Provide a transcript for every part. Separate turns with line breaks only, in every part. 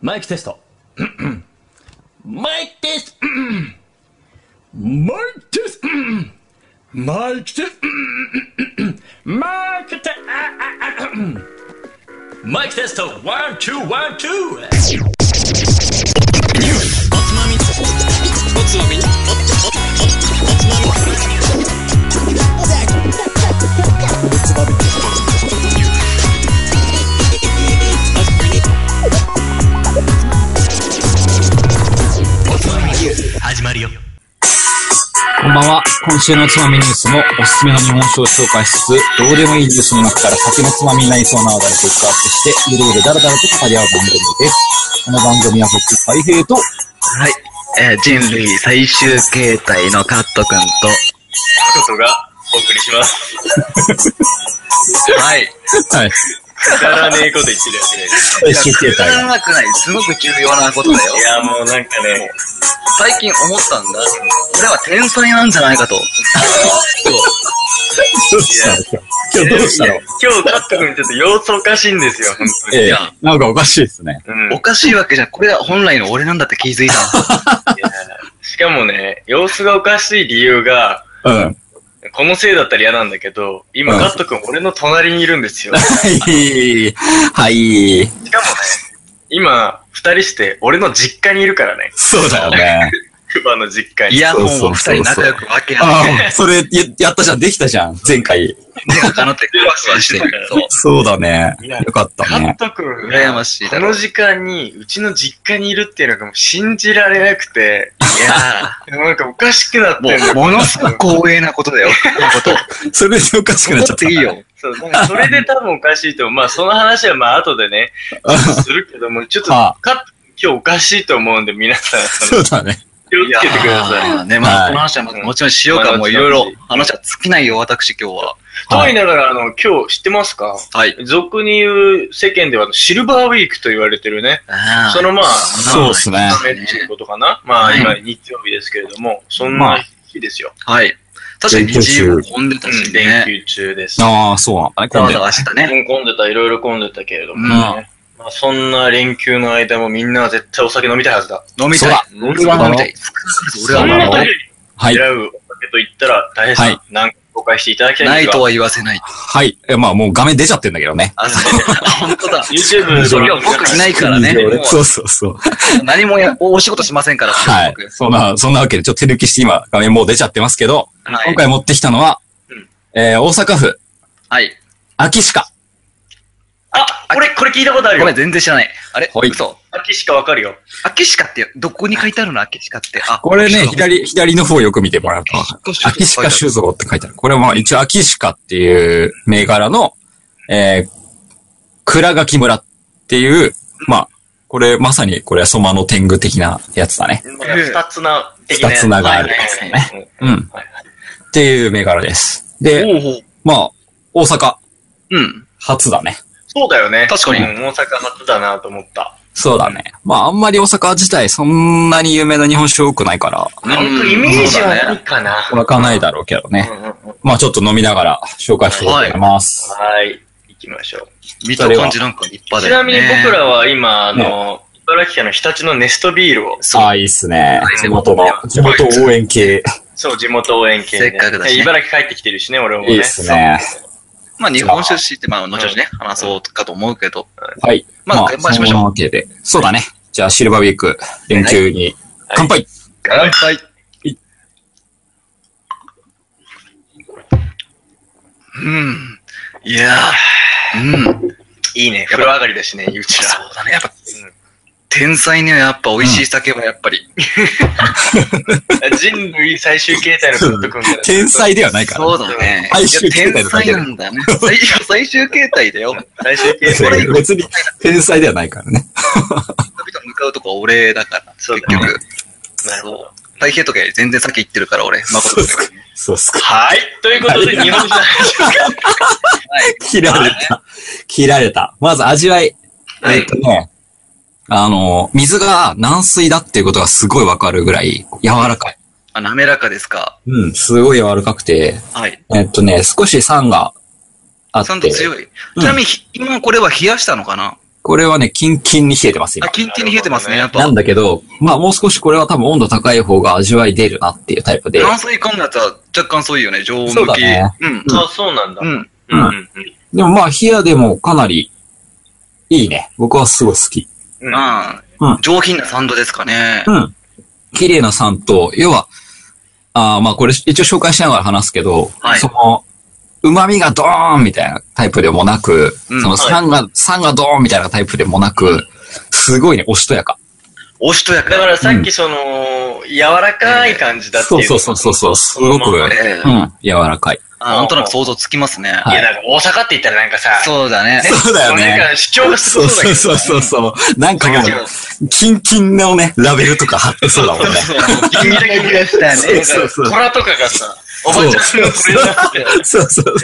マイクテスト。マイクテスト。マイクテスト。マイクテスト。マイクテスト。マイクテスト。ワン、ツー、ワン、ツー。始まるよ。
こんばんは。今週のつまみニュースのおすすめの日本酒を紹介しつつ、どうでもいいニュースの中から先のつまみになりそうな話題をピックアップして、ゆるゆるだらだらと語り合う番組です。この番組は僕、海平と、
はい。えー人類最終形態のカットくんと、
ことがお送りします。
はい。
はい。
くだらねえこと言ってるやつです。
最終形
くだ
態。
らなくない。すごく重要なことだよ
い。や、もうなんかね、
最近思ったんだ。俺は天才なんじゃないかと。そう
どうしたの今日どうしたの
今日カット君ちょっと様子おかしいんで すよ、本当に。
ええなんかおかしいですね。
うん
おかしいわけじゃん。これが本来の俺なんだって気づいたの。
しかもね、様子がおかしい理由が、
うん。
このせいだったら嫌なんだけど、
う
今
ん
カット君俺の隣にいるんですよ。し
はい。はい。
かもね、今、二人して俺の実家にいるからね。
そうだよね。
クバの実家に。
イヤホン
そ
を
う
二
そうそうそう
人仲良く分け合っ
ああ、それ、ややったじゃん。できたじゃん。前回。
て、目がなってふわふわ してる。そう。
そうだね。よかった
カッ
ね。
ト君が
羨ましいだ
こ
ろ
の時間に、うちの実家にいるっていうのがもう信じられなくて、
いや
なんかおかしくなってん
ー、
の。
もう、ものすごく光栄なことだ よ。このこと。
それでおか しくなっち
怒
ゃ
った
っ
ていい。よ。
そう、なんかそれで多分おかしいと思う。まあその話はまあ後でね、するけども、ちょっと
はあ
カット今日おかしいと思うんで、皆さん、そ
そ
の
うだね。
気をつけてください。
い。ね、ま
は
あ、
い
この話はまたもちろんしようか、もういろいろ話は尽きないよ、私今日は。
とはいながら、あの、今日知ってますか
はい。
俗に言う世間ではあのシルバーウィークと言われてるね。そのまあ、
そうですね。
雨っていうことかな。まあ
はい
今日曜日ですけれども、そん
ま
な
あ
日ですよ。
はい。確かに日曜日混んでた
うん
し
連
ね。
休中です。
ああ、そうなんだね。
ざ
今
わ
度
ざわしてたね。
うん混んでた、いろいろ混んでたけれど
う
も
ん
ね。まあそんな連休の間もみんなは絶対お酒飲みたいはずだ。
飲み
そう
たい
だ。
俺は飲みたい。少
そ
なからず
ん
俺
な
は飲みた
時
い。
に
はい。
嫌うお酒と言ったら、大変さ
はい
ん、何か紹介していただきたいん
な
で
い
すが
とは言わせない。
はい。えまあ、もう画面出ちゃってんだけどね。
あ、そう。本当だ。
YouTube
今日僕いないからね。
そ
も
うそうそう。
う何もや、お仕事しませんから。
はい
僕。
そんな、そんなわけで、ちょっと手抜きして今、画面もう出ちゃってますけど、
は
今
い。
回持ってきたのは
うん、
えー大阪府、
はい。
秋鹿。
あ、これ、これ聞いたことある
ごめん、。
よ
全然知らない。あれ
はい
嘘。
秋しかわかるよ。
秋しかって、どこに書いてあるの秋しかって。あ、
これね、左、左の方よく見てもらうとわかる。秋
秋
鹿酒造って書いてある。これはまあ一応秋鹿っていう銘柄の、えー、倉垣村っていう、まあ、これまさにこれはソマの天狗的なやつだね。
二つな、的
二つながあるやつね
ね。
うん。っていう銘柄です。で、
ほうほう。
まあ、大阪
うん。
初だね。
そうだよね。
確かに
うん大阪初だなと思った。
そうだね。まああんまり大阪自体そんなに有名な日本酒多くないから、
ほんとイメージはないかな。
わかんないだろうけどね
う。んうんうん
まあちょっと飲みながら紹介していきます。
はい。行きましょ
見た感じなんか立
う。
派だ
ち
よ
な
ね。
みに僕らは今、あの、茨城県の日立のネストビールを、
ああ、いいっすね。地元の、地元応援系。
そう、地元応援系で。
せっかくだしね
え茨城帰ってきてるしね、俺もね。
いいっすね。
まあ日本酒史って、まあ後々ね、話そうかと思うけど。
はい。
まあ乾杯しましょう
そんなわけで。そうだね。じゃあ、シルバーウィーク、連休に、乾杯
乾杯。うん。いやー。うん。
いいね。風呂上がりだしね、うちら。
そうだね。やっぱ、天才にはやっぱ美味しい酒はやっぱり。
人類最終形態のカット君から。
天才ではないから。
そうだね。
最終形態
いや天
のだけ
才
で
なんだね。最最終形態だよ。
最終形態。
別に、天才ではないからね。
人々向かうとこは俺だから。
そう
結
だね
局。
なるほど。
太平とかより全然先行ってるから俺。誠
そう
君
っすか。そうっすか。
はい。ということで、日本酒の話ですか
はい。
切られた。切られた。まず味わい。
はい
えっとね、あの、水が軟水だっていうことがすごいわかるぐらい柔らかい。
あ、滑らかですか。
うん、すごい柔らかくて、
はい。
えっとね、少し酸があって。
酸度強い。
うん
ちなみに、今これは冷やしたのかな
これはね、キンキンに冷えてます、今
あ、。キンキンに冷えてますね、や
な
っ
な
ぱ
ん。だけど、まあもう少しこれは多分温度高い方が味わい出るなっていうタイプで。
乾燥いかんのやつは若干そういうよね、常温向き。
そうだね
うん。
あ、そうなんだ。
う
うん
ん。
うんうん。
でもまあ冷やでもかなりいいね。僕はすごい好き。
うん
あ
うん
あ、上品なサンドですかね。
うん。綺麗な酸と、要は、あーまあこれ一応紹介しながら話すけど、
はい
その、旨味がドーンみたいなタイプでもなく、
うん
その酸が、酸がドーンみたいなタイプでもなく、すごいね、おしとやか。
おしとやか
だからさっきその、柔らかい感じだって
そ
いうう。
そうそうそうそう、すごく、
ま
う
あ
ね
ん、柔らかい。
あなんとなく想像つきますね。
はい
いや、なんか大阪って言ったらなんかさ、
そうだね。
そうだよね
なんか主張がす
そ
ご
う
そ
そう
うだけど。
そうそうそう。なんかも
違う
う、キンキンのね、ラベルとか貼ってそうだもん ね。
ギンギラギラしたね。
そうそう
虎とかがさ、おばちゃんのこれだって。
そうそう。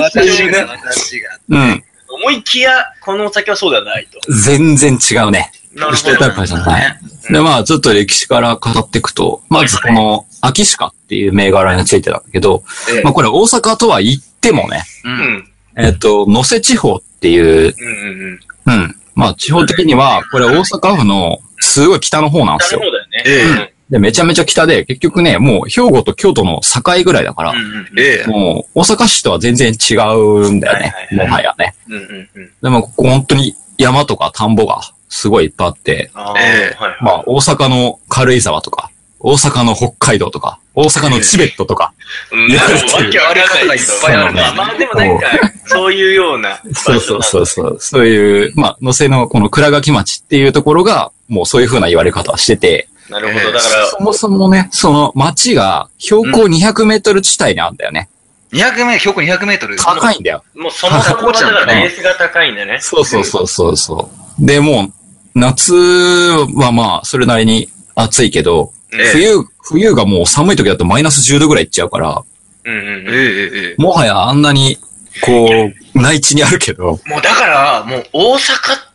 私が、私が。
うん。
思いきや、このお酒はそうではないと。
全然違うね。
なる
し
ほ
て
ど。
たからじゃない。で、まあ、ちょっと歴史から語っていくと、まずこの、秋鹿っていう銘柄についてなんだけど、
ええ
まあ、これ大阪とは言ってもね、
う。
うんん。
えっ、と、能勢地方っていう、
うんうんうん。
うん。まあ、地方的には、これ大阪府の、すごい北の方なんで
な
す
る
よ
ほ。どよね。
ええ
うん
で、めちゃめちゃ北で、結局ね、もう兵庫と京都の境ぐらいだから、
うん
ええ。
もう、大阪市とは全然違うんだよね。
はいはいはい
もはやね。
うん。うんうんうん。
でも、ここ本当に山とか田んぼがすごいいっぱいあって、
あ
ええ
あ、はい。
まあ、大阪の軽井沢とか、大阪の北海道とか、大阪のチベットとか、
うん、なんかわけわからないです
そうなのね
まあまあでもなんか、そういうような。。
そうそうそううそう、そういう、まあ、野瀬のこの倉垣町っていうところが、もうそういう風な言われ方をしてて、
なるほど。だから、
そもそもね、その町が標高200メートル地帯にあるんだよね。
200メートル、標高200メートル。
高いんだよ。
もうそのところだからベースが高いんだね。
そうそうそうそうそう。で、もう、夏はまあ、それなりに暑いけど、
ええ
冬、冬がもう寒い時だとマイナス10度ぐらいいっちゃうから、
うんうん
ええ
うん。
えええ
もはやあんなに、こう、内地にあるけど、
もうだから、もう大阪っ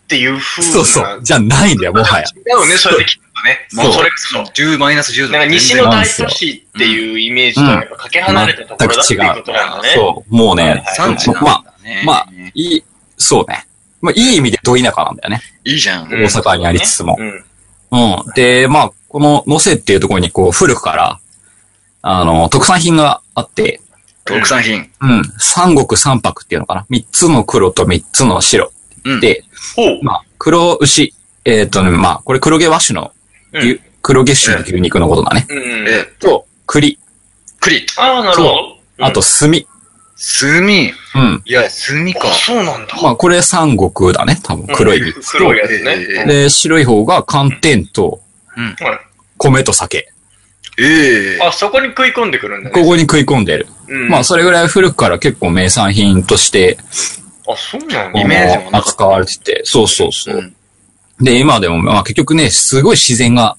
ていう風な。
そうそう、じゃないんだよ、もはや。
違うよね、それできっとね。
そう
もうそれこそ。
え。10マイナス10度。
なんか西の大都市っていうイメージとやっぱかけ離れたところだっていうことなんだね。
そう、もうね、
はい
産地なん
まあ、
だね。
まあ、いい、そうね。まあ、いい意味でど田舎なんだよね。
いいじゃん。
うん
大阪にありつつも。
うん。
うん。で、まあ、この野瀬っていうところに、こう、古くから、あの、特産品があって、
特産品。
うん。三国三白っていうのかな三つの黒と三つの白。
うん
で、
ほう。
まあ、黒牛。えっ、とね、まあ、これ黒毛和種の
うん
牛、黒毛種の牛肉のことだね。
うん。
ええ。
と、栗。
栗。
ああ、なるほど。うん
あと、、炭。
炭。い
うん。
や、炭か
あ。そうなんだ。
まあ、これ三国だね。多分、黒い。
うん黒いやつ
ええ
ね。
で、白い方が寒天と
はい
米と酒。
ええ。
あ、そこに食い込んでくるんだ
こ
ね。
こに食い込んでる。
うん
まあ、それぐらい古くから結構名産品として、
あ、そうなん
こ
だ。
イメージもなか
の
った
扱われてて。そうそうそうう。
ん
で、今でも、まあ、結局ね、すごい自然が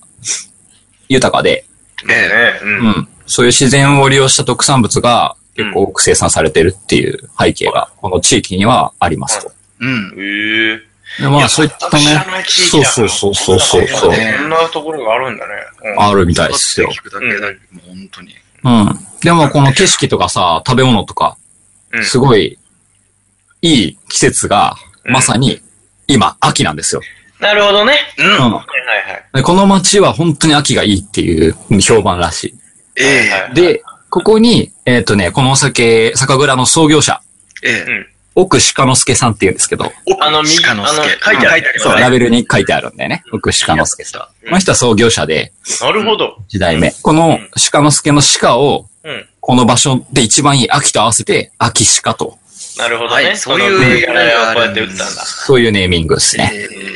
豊かで、
ねえ。う。
うんん。そういう自然を利用した特産物が結構多く生産されてるっていう背景が、この地域にはありますと。
うん。
へえ。
でま
い
あ、
や
そういったね
全く知らない、地
そ
域
う
だか
そう
ら
そうそうそう
そ
そうう
だ
ね、
ねそんなところがあるんだね。うん
あるみたいですよ。
聞くだけだけどもう本当に。
うん。でも、この景色とかさ、食べ物とか、
うん
すごい、いい季節が、
うん
まさに、今、秋なんですよ。
なるほどね。
う。
うんん。
はいはいはい。
でこの街は本当に秋がいいっていう評判らし
ええ。
い。で、ここに、えっ、とね、このお酒、酒蔵の創業者、
ええ。
奥鹿之助さんっていうんですけど、
あの、右、あ
鹿
の、
之助
書いてある。書いてある
そう、ラベルに書いてあるんだよね。奥鹿之助さん。この人は創業者で、
なるほど。
時代目。この鹿之助の鹿を、
うん。
この場所で一番いい秋と合わせて、秋鹿と、
なるほど
は
ね。
いそ
そ
うう
い
いうう
銘柄をこうやって打ったんだ。
そういうネーミングですね。
ええ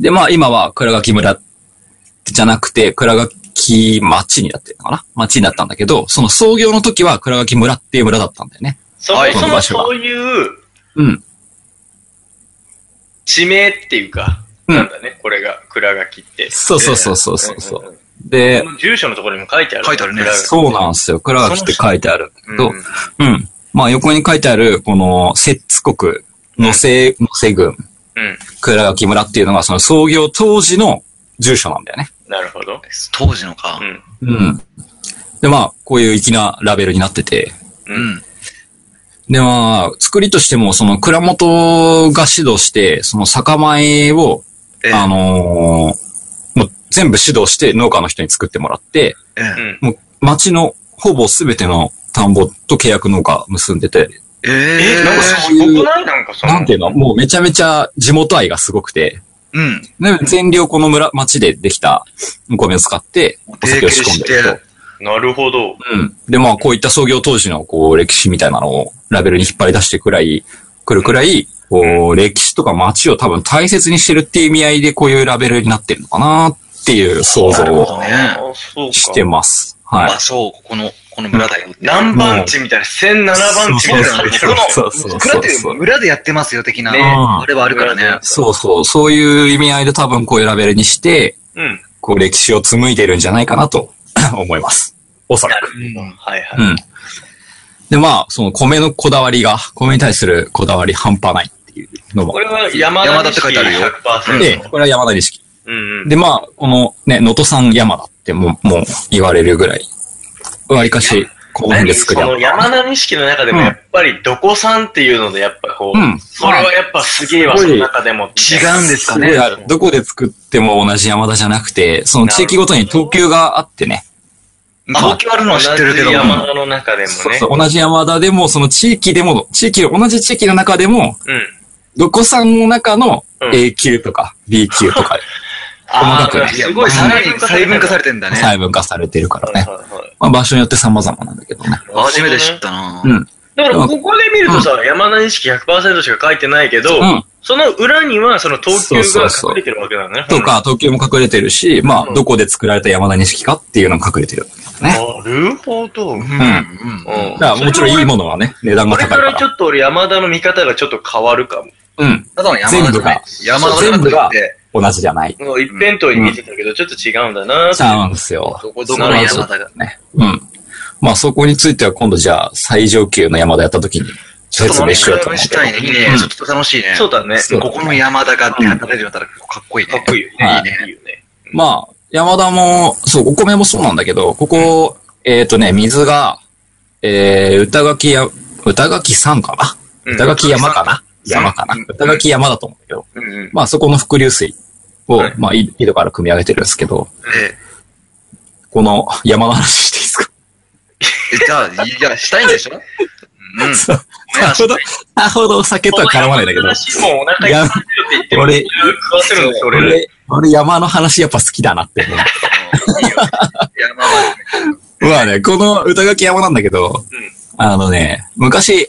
で、まあ今は倉垣村じゃなくて、倉垣町になってるのかな町になったんだけど、その創業の時は倉垣村っていう村だったんだよね。
そもそ
この
も
場所は
そういう
うん。
地名っていうか、
うん
なんだね、これが、倉垣って。
そうそうそうそうそうそ
うんうん
う。で
こ、の住所のところにも書いてある。
書いてあるね
倉垣
そうなんですよ。倉垣って書いてあるんだけど、
うん
うん。まあ横に書いてある、この、摂津国、野瀬、野瀬郡、
うん。
倉垣村っていうのがその創業当時の住所なんだよね。
なるほど。
当時のか
う。ん。
うん。で、まあ、こういう粋なラベルになってて、
う。
うんん。
で、まあ、作りとしても、その、蔵元が指導して、その酒米を、
ええ
あのーもう全部指導して農家の人に作ってもらって、
ええ
うん。
もう町のほぼ全ての田んぼと契約農家結んでて、
え
え、なんか
え
すごくないなんかその。
なんていうのもうめちゃめちゃ地元愛がすごくて、
うん。
で全量この村、町でできたお米を使って、お酒を仕込んでる
提携
と
し。
なるほど。
うん。で、まあ、こういった創業当時の、こう、歴史みたいなのをラベルに引っ張り出してくらい、くるくらい、こう、歴史とか街を多分大切にしてるっていう意味合いで、こういうラベルになってるのかなっていう想像を
ね
あーそう
して
か。
ます。はい
場。所をここの、この村だよって。
何番地みたいな、1007番地みたいなのあるけど。
そうそうそう
村
そう
っていう
そ
より
う。
村でやってますよ的な、
ね
あれはあるからね。
そうそう。そういう意味合いで多分こういうラベルにして、
うん。
こう歴史を紡いでるんじゃないかなと 思います。おそらく。
はいは
う
い。
ん。で、まあ、その米のこだわりが、米に対するこだわり半端ないっていうのも
こ。れは山
山田
田
って書いてあるよ
で、
100%。
これは山田錦。
うんうん。
で、まあ、このね、能登山山田ってもう、もう言われるぐらい、わりかし、この辺で作り
そ
合
の
う。
山田錦の中でもやっぱりどこさんっていうのでやっぱこう、
うん
それはやっぱすげえわ、
す
そ
ごい
の中でも。
違うんですか
すごい
ね。
あるどこで作っても同じ山田じゃなくて、その地域ごとに等級があってね、
東京あるのは知ってるけど
同じ、山田の中でもね。
そうそう同じ山田でも、その地域でも、地域、同じ地域の中でも、
うん。
どこさんの中の
うん
A 級とか B 級 とか
あ
細かく
ー
ね
す
す
ご
ご
い
い、さ
細分
ら
化
に細分化されてんだね。
細分化されてるからね。
はいはいはい
まあ場所によって様々なんだけどね。
初めて知ったな
うん。
だからここで見るとさ、山田錦100%しか書いてないけど、
うん
その裏にはその東
そ
急
うそ
が
うそう
隠れてるわけだね。
とか、東京も隠れてるし、まあ、どこで作られた山田錦かっていうのも隠れてる
うん。
ね。
なるほど。うん。
うん
うん
だ
だからもちろんいいものはね、値段が
こ
高
れか
いから
ちょ
ら。
っと俺山田の見方がちょっと変わるかも。
うん。
ただの山
全
田じ
部
ゃな
が
い。山田
全部
じゃな
が
くて、
同じじゃない。
もう一辺倒に見てたけど、ちょっと違うんだな
ちゃうんですよ。
どこどこの山田が。
ね。うん。まあ、そこについては今度じゃあ、最上級の山田やった時に
ちょっ
説
と
明
面
しよ
白
うと思
い
っ
してた。いね。いいね。ちょっと楽しいね。
そうだね。
そう
ここの山田がって語れるようになったらかっこいいね。
かっこいいよね。
はい
いね。いいよね。
まあ、山田も、そう、お米もそうなんだけど、ここ、えっ、とね、水が、えー、歌垣や、歌垣山かな
うん
歌垣山かな
山
山かな
うん
歌垣山だと思うけど、
うんうん。
まあそこの伏流水を
はい、
まあ、井井戸から汲み上げてるんですけど、
え
この山の話していいですか
えじゃあ、いや、したいんでしょうん。
そう
まあ
さほど、さほどお酒とは絡まないんだけど、
もうお腹いっぱいだよって言っても、
俺
食わせるんですよ、俺ら。
俺、俺山の話やっぱ好きだなって思う。
いいよ山田。
まあね、この歌垣山なんだけど、
ん
あのね、昔、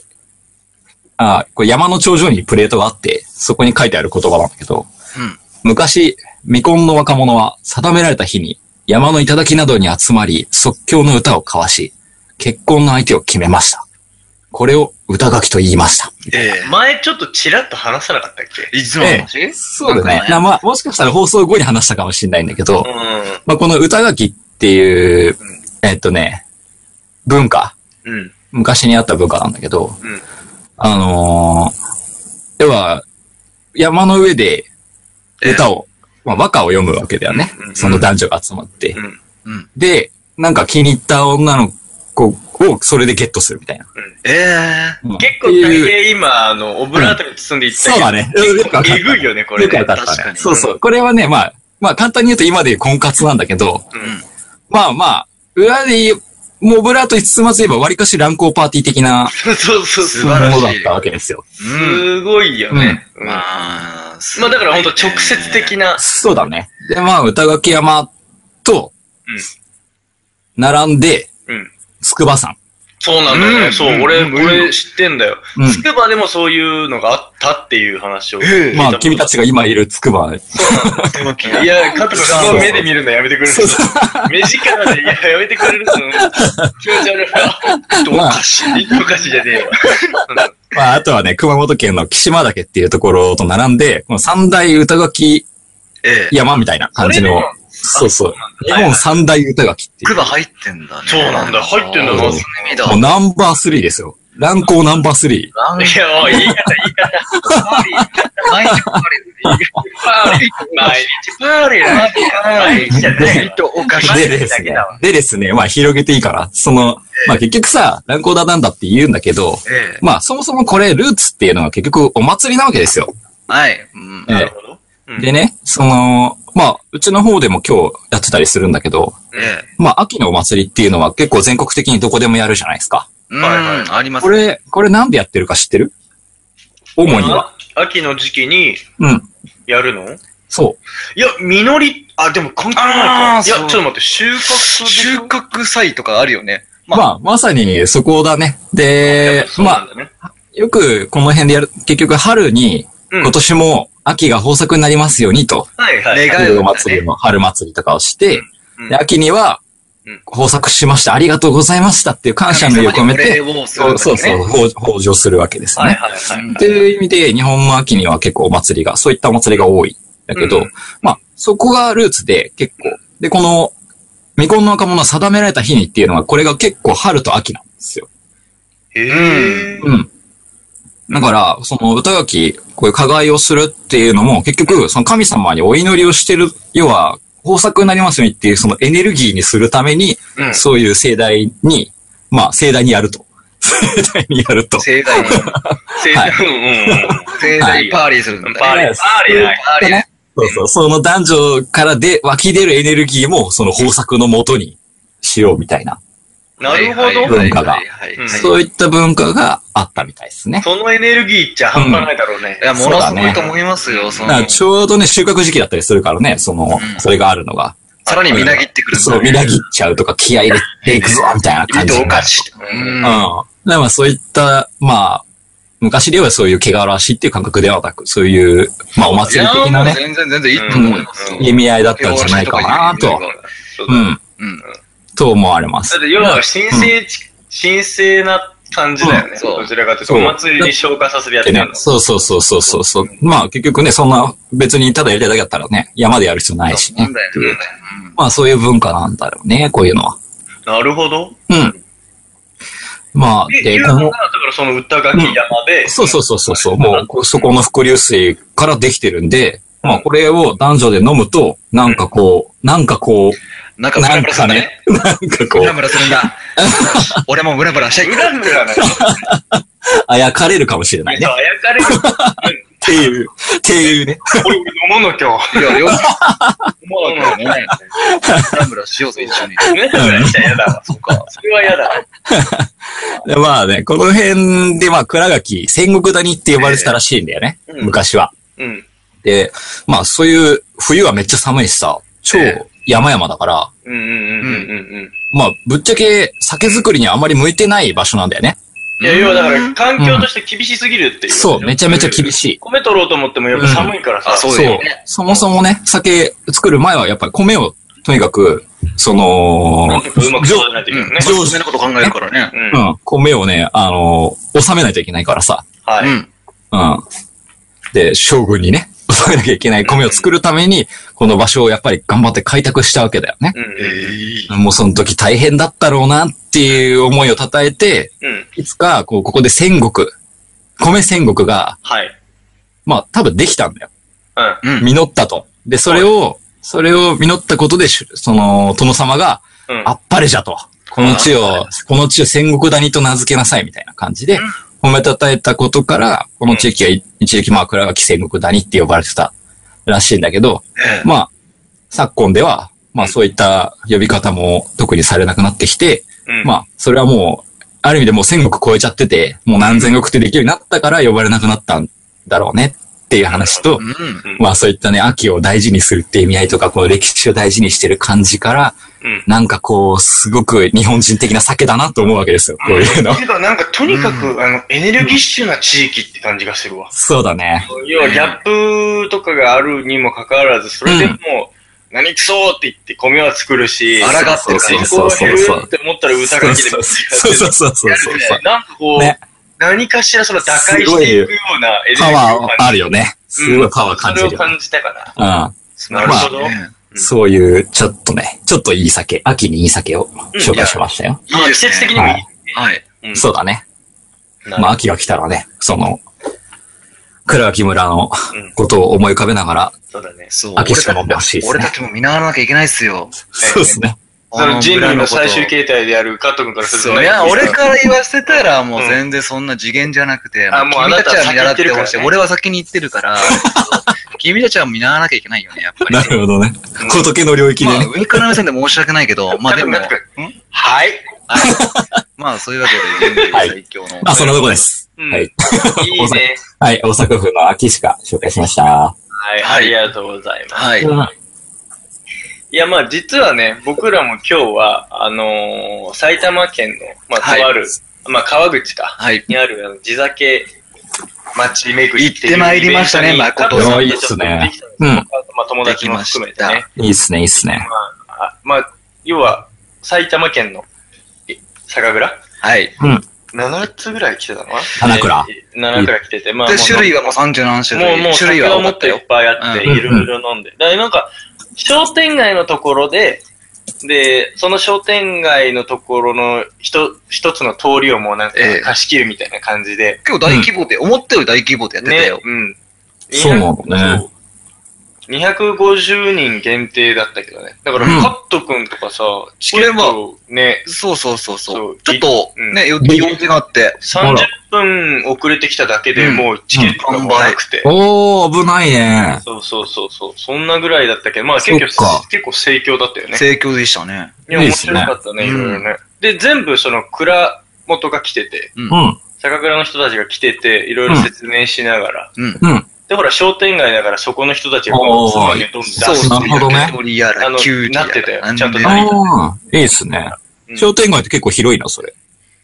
あこれ山の頂上にプレートがあって、そこに書いてある言葉なんだけ
う
ど、
ん
昔、未婚の若者は定められた日に山の頂などに集まり、即興の歌を交わし、結婚の相手を決めました。これを歌垣と言いました。
え
前ちょっとチラッと話さなかったっけ
え。いつの話
そうだね。
な
なん
か
まあ、もしかしたら放送後に話したかもしれないんだけど、
う
まあ、この歌垣っていう、えっとね、文化、
ん。うん。
昔にあった文化なんだけど、
うん
あのー、要は、山の上で歌を、まあ、和歌を読むわけだよね
うんう。ん
その男女が集まって。
うん
うん
で、なんか気に入った女の子をそれでゲットするみたいな。
ええ。
うん
結構
って
大
いう
抵今、あの、オブラートに包んでいった
そうだね。よくわかった
えぐいよね、これ
よく
ね。
わかっ
確
た
か
ね。
に
そうそう。これはね、まあ、まあ簡単に言うと今で言う婚活なんだけど、
うん
まあまあ、裏で言う、もうオブラートに包まずれば割かし乱行パーティー的な
そうそうそう。
素
も
晴らしい
のだったわけですよ。
うん。
すごいよね。うんま
まあ、
あだから本当直接的な。
そうだね。で、まあ、歌垣山と
うん、
並んで、
うん。
筑波山。
そうなんだよ
う
ね。
ん
そうう、
ん
俺、
うん
俺知ってんだよ
う。ん
つくばでもそういうのがあったっていう話を聞い
え
た。
まあ、君たちが今いる筑波。
手巻き
いや、監督さん、その目で見るのやめてくれる
そう
目力で、いや、やめてくれるの気持ち悪いわ。
うまあ
しい。おかしいじゃねえよ。
まあ、あとはね、熊本県の岸間岳っていうところと並んで、この三大歌垣
ええ。
山みたいな感じ
これ
の
ね、
そうそう。日
はい
本三大歌垣ってい
ク
う。
バ入ってんだね。
そうなんだ入ってんだ
な
楽しみだ。
もうナンバースリーですよ。乱行ナンバー3。
ラン
いや、もう言い方、言い方。
パーリー。毎日パーリーでいい。
パーリー、毎日パーリーだな。毎日じゃ ない
とおかし
で
い
で
だ
す
け
ね
だわ。。
でですね、まあ広げていいから。その、まあ結局さ、乱行だなんだって言うんだけど、
ええ。
まあそもそもこれルーツっていうのは結局お祭りなわけですよ。
はい。うん
え
な
え
るほど。うん
でね、その、まあうちの方でも今日やってたりするんだけど、
ええ。
まあ秋のお祭りっていうのは結構全国的にどこでもやるじゃないですか。
うん。
はいはい
あります
こ。れ、これなんでやってるか知ってる主には。
あ秋の時期に
うん。
やるの
そう。
いや、実り、あ、でも関係
あ
な
ー
いか。い
そう
や、ちょっと待って、収穫でし
収
ょ
穫祭とかあるよね。
まあ、まさにそこだね。で、
そう
ま
なん
あ、
だね
よくこの辺でやる、結局春に、
うん
今年も秋が豊作になりますようにと、
はいはい。
願
春
う
の
んだ
祭り
ね。
の、春祭りとかをして、
うん
で秋には
うん、
豊作しました、ありがとうございましたっていう感謝の意を込めて、
神様にお礼をする
そ
んだね
うそうそう、ほう豊穣するわけですね。
はいはいはい。
っていう意味で、日本の秋には結構お祭りが、そういったお祭りが多い。だけど、
うん
まあ、そこがルーツで結構、で、この、未婚の若者は定められた日にっていうのは、これが結構春と秋なんですよ。
へえ。
うん。だから、その歌書き、こういう加害をするっていうのも、結局、その神様にお祈りをしてる、要は、豊作になりますようにっていう、そのエネルギーにするために、
うん
そういう盛大に、まあ、盛大にやると。盛大にやると。
盛大に、
せ
はい
うんうん
盛大にパーリーするん
う
だ
ん。
ね。
パーリー、パーリーだ。
パーリー。
そうそう。その男女からで湧き出るエネルギーも、その豊作のもとにしようみたいな、
なるほ
はい
ど。
文化が
はいはいはいはい
そういった文化があったみたいですね。
そのエネルギーっちゃ半端ないだろうね
い。や、ものす
そうだ
ごい
ね
と思いますよ。そ
だ
の
からちょうどね、収穫時期だったりするからね、その、
うん
それがあるのが。
さらにみなぎってくるんだ
そう、
ね。
みなぎっちゃうとか、気合い入れていくぞ、みたいな感じ。
糸
う
お
ん。だ
かし。う
う
ん。
ん
からまあそういった、まあ、昔ではそういう汚らわしいっていう感覚ではなく、そういう、まあお祭り的なね、
全然全然いいと思いますよ。
意味合いだったんじゃないかなと。
そう
う
だ
ん。
うん。
と思われます
だっ。て要は神聖ち、神聖な感じだよ
う
ね。
んそう
どちらかというと、
そう
お祭りに昇華させるやつなの。
そうそうそうそうそうそう。まあ結局ね、そんな別にただやりたいだけだったらね、山でやる必要ないし
な
ね
ん。だよね。
まあそういう文化なんだろうね、こういうのは。
なるほど。
うん。まあ、
で、
で、
いう
こ
のが、
の
だ、からその歌書き山で、
そうそうそうそうそう、もうこそこの伏流水からできてるんで、まあこれを男女で飲むと、なんかこう、なんかこう、
なんかム
な
ラ
ん
ムラする
か
んだね。
ね、なんかこ
ム
う
ラ、ムラするん だ。俺もムラムラしたい。
ムラムラなの。
あやかれるかもしれないね。
あやかれる。
っていう、っていうね。
俺飲むの今日。
いや、よく
飲むの。
ね。ムラムラしようぜ、一緒に。
ムラムラしちゃ嫌だわ。そうか。それは嫌だ。
でまあね、この辺でまあ倉垣、戦国谷って呼ばれてたらしいんだよね、
えうん
昔は。
うん。
で、まあそういう、冬はめっちゃ寒いしさ、超山々だから、
うんうんうんうんうん。
まあぶっちゃけ酒造りにはあまり向いてない場所なんだよね。
いや、要はだから、環境として厳しすぎるっていう。
そう、めちゃめちゃ厳しい。
米取ろうと思ってもやっぱ寒いからさ。
うんあそうだよね
そもそもね、酒作る前はやっぱり米をとにかく、その、
なんとかうまく育てないといけないね。
上手なこと考えるからね。
うん
う。ん、米をね、あのー納めないといけないからさ、
は
う
い。
ん。
うん。で、将軍にね、 納めなきゃいけない米を作るために、この場所をやっぱり頑張って開拓したわけだよね。
うん
もうその時大変だったろうなっていう思いを称えて、
うん。うん。
いつか、こう、ここで戦国、米戦国が、
はい。
まあ、多分できたんだよ。
うん。
うん。
実ったと。で、それを、それを実ったことで、しゅその、殿様が、
うん。
あっぱれじゃと。この地を、この地を戦国谷と名付けなさい、みたいな感じで、褒めたたえたことから、この地域は一時期、まあ、倉垣戦国谷って呼ばれてたらしいんだけど、まあ、昨今では、まあ、そういった呼び方も特にされなくなってきて、
うん
まあ、それはもう、ある意味でもう戦国超えちゃってて、もう何千国ってできるようになったから呼ばれなくなったんだろうねっていう話と、
うん。
うん
まあそういったね、秋を大事にするっていう意味合いとか、この歴史を大事にしてる感じから、
うん
なんかこう、すごく日本人的な酒だなと思うわけですよ、こういう の。
てか、なんか、とにかく、あの、エネルギッシュな地域って感じがするわ。
そうだね。
要は、ギャップとかがあるにもかかわらず、それでも、何くそーって言って米は作るし、
抗ってる
そ
感
う
じ。
そこが減るって思ったら歌
そう
が切れ
そう
る
そうそうそうそうそうそう。
なんかこう、
ね
何かしらその打開していくようなエネルギ
パ
ー
ワ
を
ーあ
感じ
るよね。すごいパワー感じ
そ
る
れを
よね。
感じたか
うん。
な。なるほど。
ね
そういう、ちょっとね、ちょっといい酒、秋にいい酒を紹介しましたよ。
まあ、季節的にもいい。
はい。
うん
そうだね。
なる
まあ、秋が来たらね、その、倉脇村のことを思い浮かべながら、
そうだね。
そう。
秋しか飲んでほしいですね
俺たちも見習わなきゃいけないっすよ。
そうですね。
その人類の最終
形
形態である加藤君からする
そ
と
う
ね。
いや、俺から言わせたら、もう全然そんな次元じゃなくて、
あもうあ
君
な
た
た
ち
は
は見習って
先行
ほ
っ
してい。
るからね
俺は先に行ってるから、 君たちは見習わなきゃいけないよね、やっぱり。
なるほどね。仏の領域で
まあ、
ね。
上から目線で申し訳ないけ ど、まあでも、
加藤君んはい。
まあそういうわけで、人類最強の。
あ、そんなとこです。
うん
はい。
いいね。
はい、大阪府の秋しか紹介しました。
はい、
は
あ
い
りがとうございます。
はい。
いや、まあ実はね、僕らも今日は、あのー埼玉県の、まあ、
はい
とある、まあ川口か、
はい。
にあるあの地酒町巡りって
行
いう
ってまいりましたね
イベントに
誠
さん
加藤さんとちょっと行ってきたんですけど
いいっすねうん
まあ友達も含めて
でき
ね。
いいっすね、いいっすね。
まあ、あまあ、要は、埼玉県の、え酒蔵
はい。
?7 つぐらい来てたのかな
花倉
えー7蔵来てて、まあ、
で、
もう
種類はもう三十何種類。
もう、もう、
種類
酒
は
は
分
も
か
っ
った
とい
よ
っ。ぱいあって、
うん
いろいろ飲んで。だからなんか、商店街のところで、で、その商店街のところの一一つの通りをもうなんか
ええ
貸し切るみたいな感じで、
今日大規模で、思ったより大規模でやってた
ね
よ、。
うん。
そうなんだね。
250人限定だったけどね。だから、
うん
カット君とかさ、チケットね、
そうそうそうそう。
そう
ちょっと、
うん
ね、よ
で
用事があって。
あ
30
ら
分遅れてきただけで
うん
もうチケットがもうなくて。
おー、危ないね。
そうそうそうそう。そんなぐらいだったけど、まあ結局
そっか、
結構盛況だったよね。
盛況でしたね。
いや、
いいっ
面
す
白
ね
かったね、い
うん
ろいろね。で、全部その蔵元が来てて、
うん、
酒蔵の人たちが来てて、いろいろ説明しながら。
うん。
うん。
で、ほら、商店街だからそこの人たちがこ
おー
のつまみをどんどん出
そう
す
そう。
なるほどね
焼き鳥やら
あ、の
キュウリやら。
なってたよ
なんで
ちゃんと
も
な
あー、いいっすね。
うん
商店街って結構広いな、それ。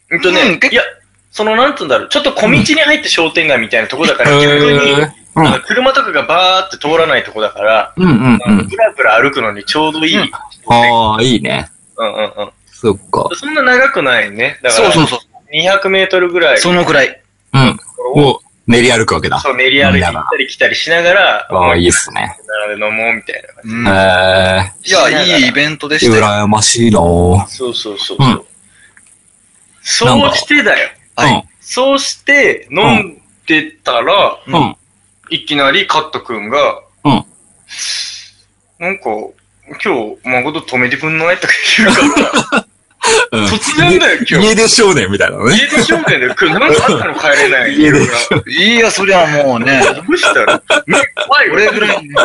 うんと
う
ね
ん結、構
いや、その、なんつうんだろう、ちょっと小道に入って商店街みたいなとこだから、逆に、
へう
あの
ん。
車とかがバーって通らないとこだから、
うんうん
あ
う
の
ん。
ぶらぶら歩くのにちょうどいい。うん
ああ、いいね。
うんうん。
そっか。
そんな長くないね。だか
そう
ら、
そうそう。
200メートルぐらい
そのくらい。
うん。
を、
を練り歩くわけだ。
そう、練り歩いたり来たりしながら、
ああ、いいっすね。
並んで飲もうみたいな感じ。
うん。
え
いや、いいイベントで
ー、
したよ。
羨ましいなぁ。
そうそうそう。
うん
そうしてだよ。
はい。
そうして飲んでたら、
うん。うん。
いきなりカット君が、
うん。
なんか、今日、誠止めてくんないとか言う から、
うん
突然だよ今日
家出少年みたいなの ね。
家出証明で、今日なんかあったの帰れない。
家出
いや、そりゃもう ね、
どうしたら、目怖いよ
俺ぐらいにね、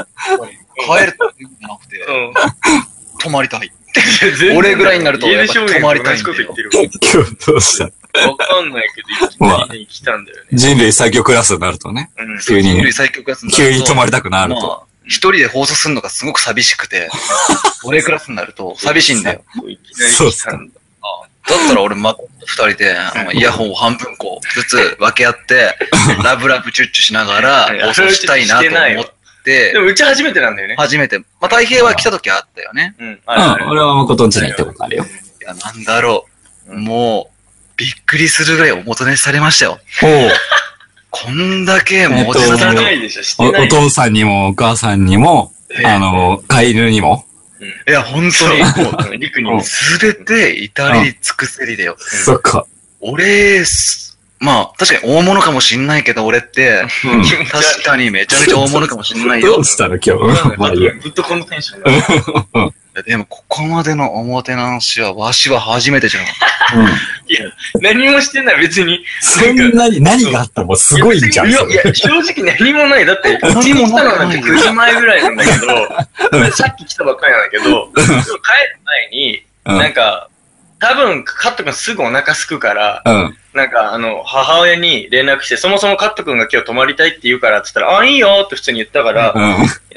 帰るとじゃなくて、
う
泊まりたい。
ん。
俺ぐらいになると
家出証
やっ
明
ぱ止まりたいんだよ
同じこと言ってる
今日どうした
わ。わかんないけど、いきなりね来たんだよね。
人類最強クラスになるとね。
うん。
急に
人
ね
類、最強クラスになる
急
と
に止まりたくなると。
まあ一人で放送するのがすごく寂しく て、俺クラスになると寂しいんだよ。
いきなり来たんだ。
だったら俺、ま、二人で、あのイヤホンを半分こう、ずつ分け合って、ラブラブチュッチュしながら、放送したいなと思って
で、も、うち初めてなんだよね。
初めて、まあ、太平は来た時あったよね。
うん。
う
ある
ん、俺は誠んちに行ったことあるよ。
いや、なんだろう。もう、びっくりするぐらいおもてなしされましたよ。
おう
こんだけおもて
あ
なし
えっと
る。知
さ
ら
れ
な
た。
いでしょ、知っ
お
てない
お
でしょ。
父さんにもお母さんにも、あの、飼い犬にも。
いや、本当に、も
うん、陸にも
う
う、。すべて至り尽くせりだよ。
そっか。
俺、すまあ、確かに大物かもしんないけど、俺って、
うん
確かにめちゃめちゃ大物かもしんない
ど
よ
う。したの今日。まあいいや。
ずっとこのテンションだった。
でも、ここまでのおもてなしは、わしは初めてじゃなかっ
うん
いや、何もしてない、別に。
そんなに、何があったのもうすごいんじゃん。
いや、
そ
い
れ
や、正直何もない。だって、こっち
何
に
も
来
な
た
い
のなんて9時前ぐらいなんだけど、さっき来たばっかりなんだけど、でも帰る前に、
うん
なんか、多分、カット君すぐお腹すくから、
うん。
なんか、あの、母親に連絡して、そもそもカット君が今日泊まりたいって言うからって言ったら、あ、いいよって普通に言ったから、
うん。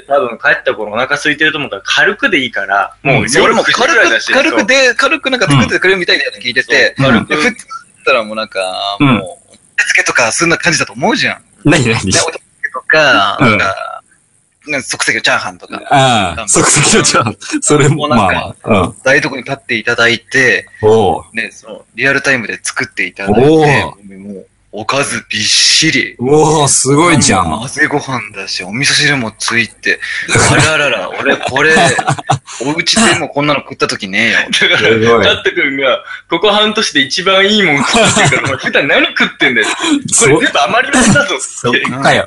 多分帰った頃お腹空いてると思うから、軽くでいいから、もう
た。俺も軽
夜9時ぐらいだ
く、
し
軽くで、軽くなんか作ってくれるみたいなやつ聞いてて、
うん
軽
で、
く
ふっとったらもうなんか、
うん
もう、手付けとか、そんな感じだと思うじゃん。
何何
ね、お手付けとか、
うん
なんか、なんか即席のチャーハンとか、
ああ、即席のチャーハン。それも、
もうなん
ま
か
あまあ。
台所に立っていただいて、
うん。おう。
ね、その、リアルタイムで作っていただいて、もう、おかずびっしり。
うわー、すごいじゃ。
もうん混ぜご飯だし、お味噌汁もついて。あららら、俺こ れ、お家でもこんなの食った時ねえよ。
だから、
すごい
カット君が、ここ半年で一番いいもん食ってるから、お前普段何食ってんだよ。これ全部余り物だぞ
そっ
って。
かよ。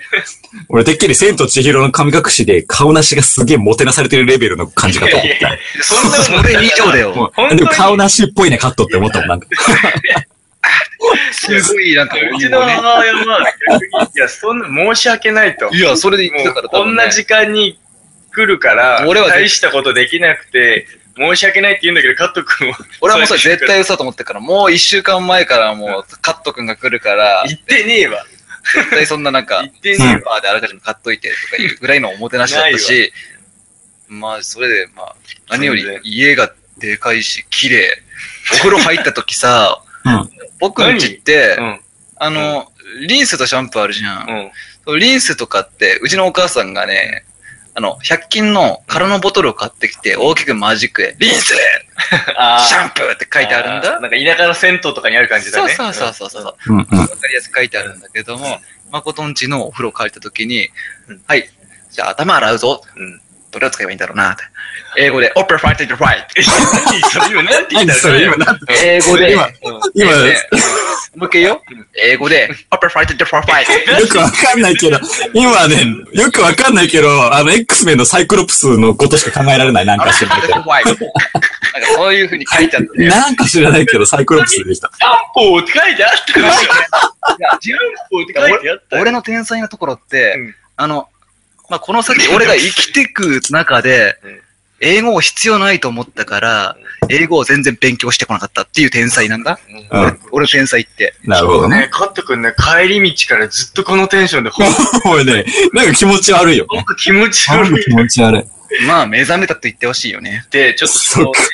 俺、てっきり千と千尋の神隠しで顔なしがすげえもてなされてるレベルの感じかと思っ
いやいやいや そんな
そ
こと
れ以上だ
た。も
よ。
う
本当に
でも顔なしっぽいね、カットって思ったもん、なんか。
すごい、なんか、
うちの母親は、逆に、いや、そんな申し訳ないと。
いや、それで
も
言ってたか
う
ら、
こんな時間に来るから、
俺は絶
大したことできなくて、申し訳ないって言うんだけど、カット君は。
俺はもうそれ絶対嘘だと思ってるから、もう一週間前からもう、カット君が来る から、
言ってねえわ。
絶対そんななんか
言、って
ス
ね
ーパーであらかじめ買っといてとかいうぐらいのおもてなしだったし、まあ、それで、まあ、何より家がでかいし、綺麗。お風呂入った時さ、
うん
僕の家って
え、わ。
あの、リンスとシャンプーあるじゃ。
うんん。うん。
そのリンスとかって、うちのお母さんがね、あの、100均の空のボトルを買ってきて、大きくマジックで、リンス
あ
シャンプーって書いてあるんだ
ー。なんか田舎の銭湯とかにある感じだね。
そうそうそうそう。わ、
うんうん。
かりやすく書いてあるんだけども、誠んちのお風呂借りた時に、
うん
はい、じゃあ頭洗うぞ。
うん
どれを使えばいいんだろうなって。英語で、オペラファイトイトファイ
え何それ今何て言っ
何
た
それ今、なん
ト。英語で、
今
うん
今、
ねもう一回言うよ。英語で、オペラファイトイトファイト。
よくわかんないけど、今ね、よくわかんないけど、あの、X メンのサイクロプスのことしか考えられない、なん
オペラ
か
フ
知ら
ァ
な
イ
い
ト
け
イトファ
ど。
イト。なんかそういう風に書いてあって、
なんか知らないけど、サイクロプスでした。
漢方って書いてあったから。自分法って書いてあったよ。
俺の天才なところって、
うん
あの、まあ、この先俺が生きてく中で
うん、
英語を必要ないと思ったから、英語を全然勉強してこなかったっていう天才なんだ。
うん
俺俺天才って。
なるほどね。
ね、カット君ね、帰り道からずっとこのテンションで、ほん
もうね、なんか気持ち悪いよね。
と気持ち
なん
悪
か
い
気持ち悪い。
まあ、目覚めたと言ってほしいよね。
って、ちょっとその
そっか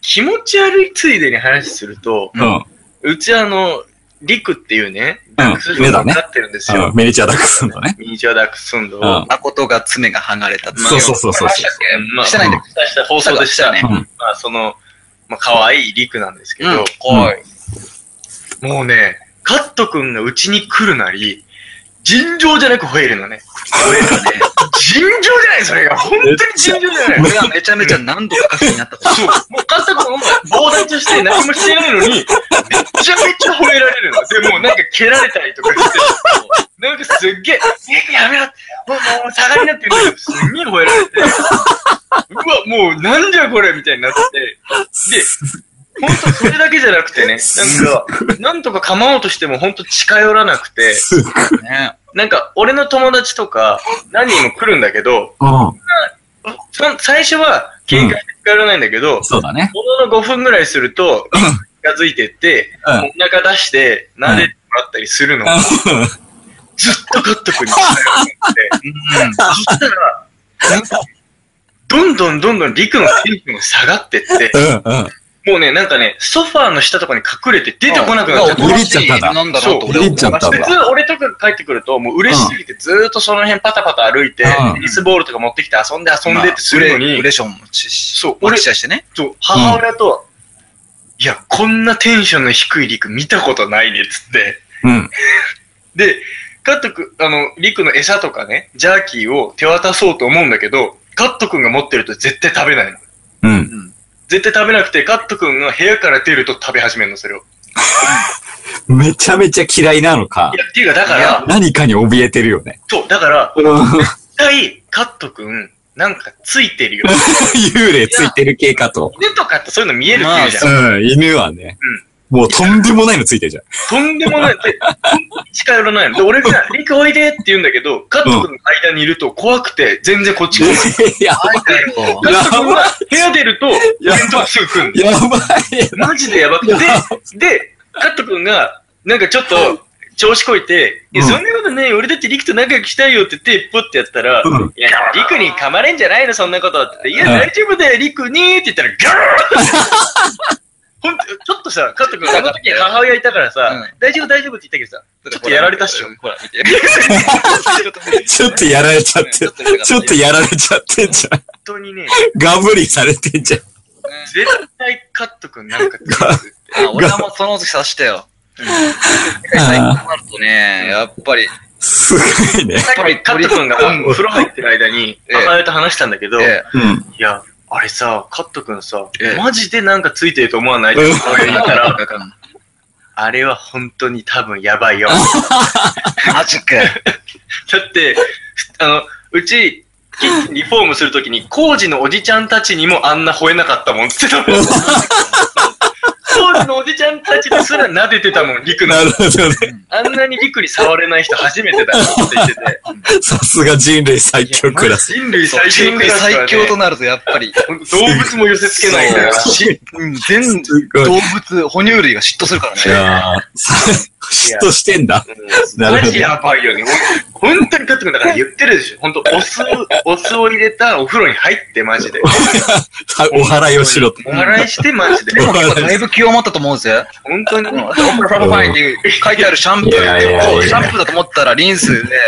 気持ち悪いついでに話すると、
うん。う
うちあの、リクっていうね、
うん
ダックスフンドを飼ってるんですよ
ん。メリチアダックスのね。
ミニチュアダックスフンドを。
うん
ま
誠が爪が剥がれたって。
そうそうそうそう。
あ、
してないんだ
したした放送でしたね。
うん
まあ、その、まあ、可愛いリクなんですけど、
うん
こうもうね、カット君がうちに来るなり、尋常じゃなく吠えるのね。
俺がね、
尋常じゃない、それが。本当に尋常じゃない。
俺がめちゃめちゃ何度か書になった。
そう。もうカット君も棒立ちして何もしてないのに、めちゃめちゃ吠えられるの。で、もうなんか蹴られたりとかして、なんかすっげえ、ねえ、やめろもう、もう、下がりになってるんだけど、すんげえ吠えられて、うわ、もう、なんじゃこれみたいになって、で、ほんとそれだけじゃなくてね、なんか、なんとか構おうとしてもほんと近寄らなくて、
すっごい。
ね。
なんか、俺の友達とか、何人も来るんだけど、
うん。
そ最初は、喧嘩して近寄らないんだけど、
そうだね。
ものの5分ぐらいすると、近づいてって、
うん。
お腹出して、撫でてもらったりするの。ずっとカット君にしたよって。
うん。
そしたら、なんかどんどんどんどんリクのテンションが下がってって、
うん。うん。
もうね、なんかね、ソファーの下とかに隠れて出てこなくなっちゃっ
あ
た。
ビビっちゃったんだ
なんだろうと俺は思いました
ビビっちゃったんだ
普通俺とかが帰ってくると、もう嬉しすぎてずーっとその辺パタパタ歩いて、
うん
テニスボールとか持ってきて遊んで遊んでってするの
まあ
に
ウ、レションもちし、
そう
俺シャしてね。
そう、母親とは、いや、こんなテンションの低いリク見たことないね、つって。
うん。
で、カット君、あの、リクの餌とかね、ジャーキーを手渡そうと思うんだけど、カット君が持ってると絶対食べないの。
うん。
絶対食べなくて、カット君が部屋から出ると食べ始めるの、それを。
めちゃめちゃ嫌いなのか
い。や、っていうか、だか
い
ら
や、
何かに怯えてるよね。
そう、だから、
うん
絶対、カット君、なんかついてるよ。
幽霊ついてる系かと。
犬とかってそういうの見えるっていうじゃん。
うん。犬はね。もうとんでもないのついてるじゃん。
とんでもない。で、近寄らないの。で、俺が、リクおいでって言うんだけど、カット君の間にいると怖くて、全然こっち来ない。
やば
カット君は部屋出ると、弁当すぐ来るの
い。。やばい。
マジでやばくて。で、で、カット君が、なんかちょっと、調子こいて、いや、
うん
そんなことね、俺だってリクと仲良くしたいよって言って、ポッてやったら、
うん
いや、リクに噛まれんじゃないの、そんなことって言って。いや、
うん
大丈夫だよ、リクにって言ったら、ガーッほんと、ちょっとさ、カット君、あの時母親いたからさ、
う
大丈夫、大丈夫って言ったけどさ、ちょっとやられたっしょ。
ほら、見て。ち
ちょっとやられちゃって、ちょっとやられちゃってんじゃん。
本当にね、
ガブリされてんじゃん。
絶対カット君なんか、
ガ
俺はもうその時察したよ。世界最高になるとね、やっぱり。
すごいね。
さっきカット君が
うん
お風呂入ってる間に、
ええ
母親と話したんだけど、
え
うん。
いや、あれさ、カット君さ、
ええ
マジでなんかついてると思わないって
うん
母親
え。
に言ったら、
ら、
あれは本当に多分やばいよ。
マジかよ。
だって、あの、うち、キッチンリフォームするときに、工事のおじちゃんたちにもあんな吠えなかったもんって言ってたもん工事のおじちゃんたちですら撫でてたもん、リクの
な。るほどね。
あんなにリクに触れない人初めてだよって言ってて。
さすが人類最強クラス。
人類
そう
最強
人類最強となると、やっぱり。
本 当 動物も寄せつけないから。
そうしうん全
すごい
動物、哺乳類が嫉妬するから
い
ね。
やー、嫉妬してんだ。なる
マ
ほ
ジ
ど。
やばいよね。ほん本当にカット君だから言ってるでしょ。本当お酢を、お酢を入れたお風呂に入ってマジで。
お祓いをしろと。
お笑いしてマジで。
でも結構だいぶ気を持ったと思うんですよ。
本当に。
うんパラパラパラパラって書いてあるシャンプー
いやいやいやいや
そうシャンプーだと思ったらリンスで、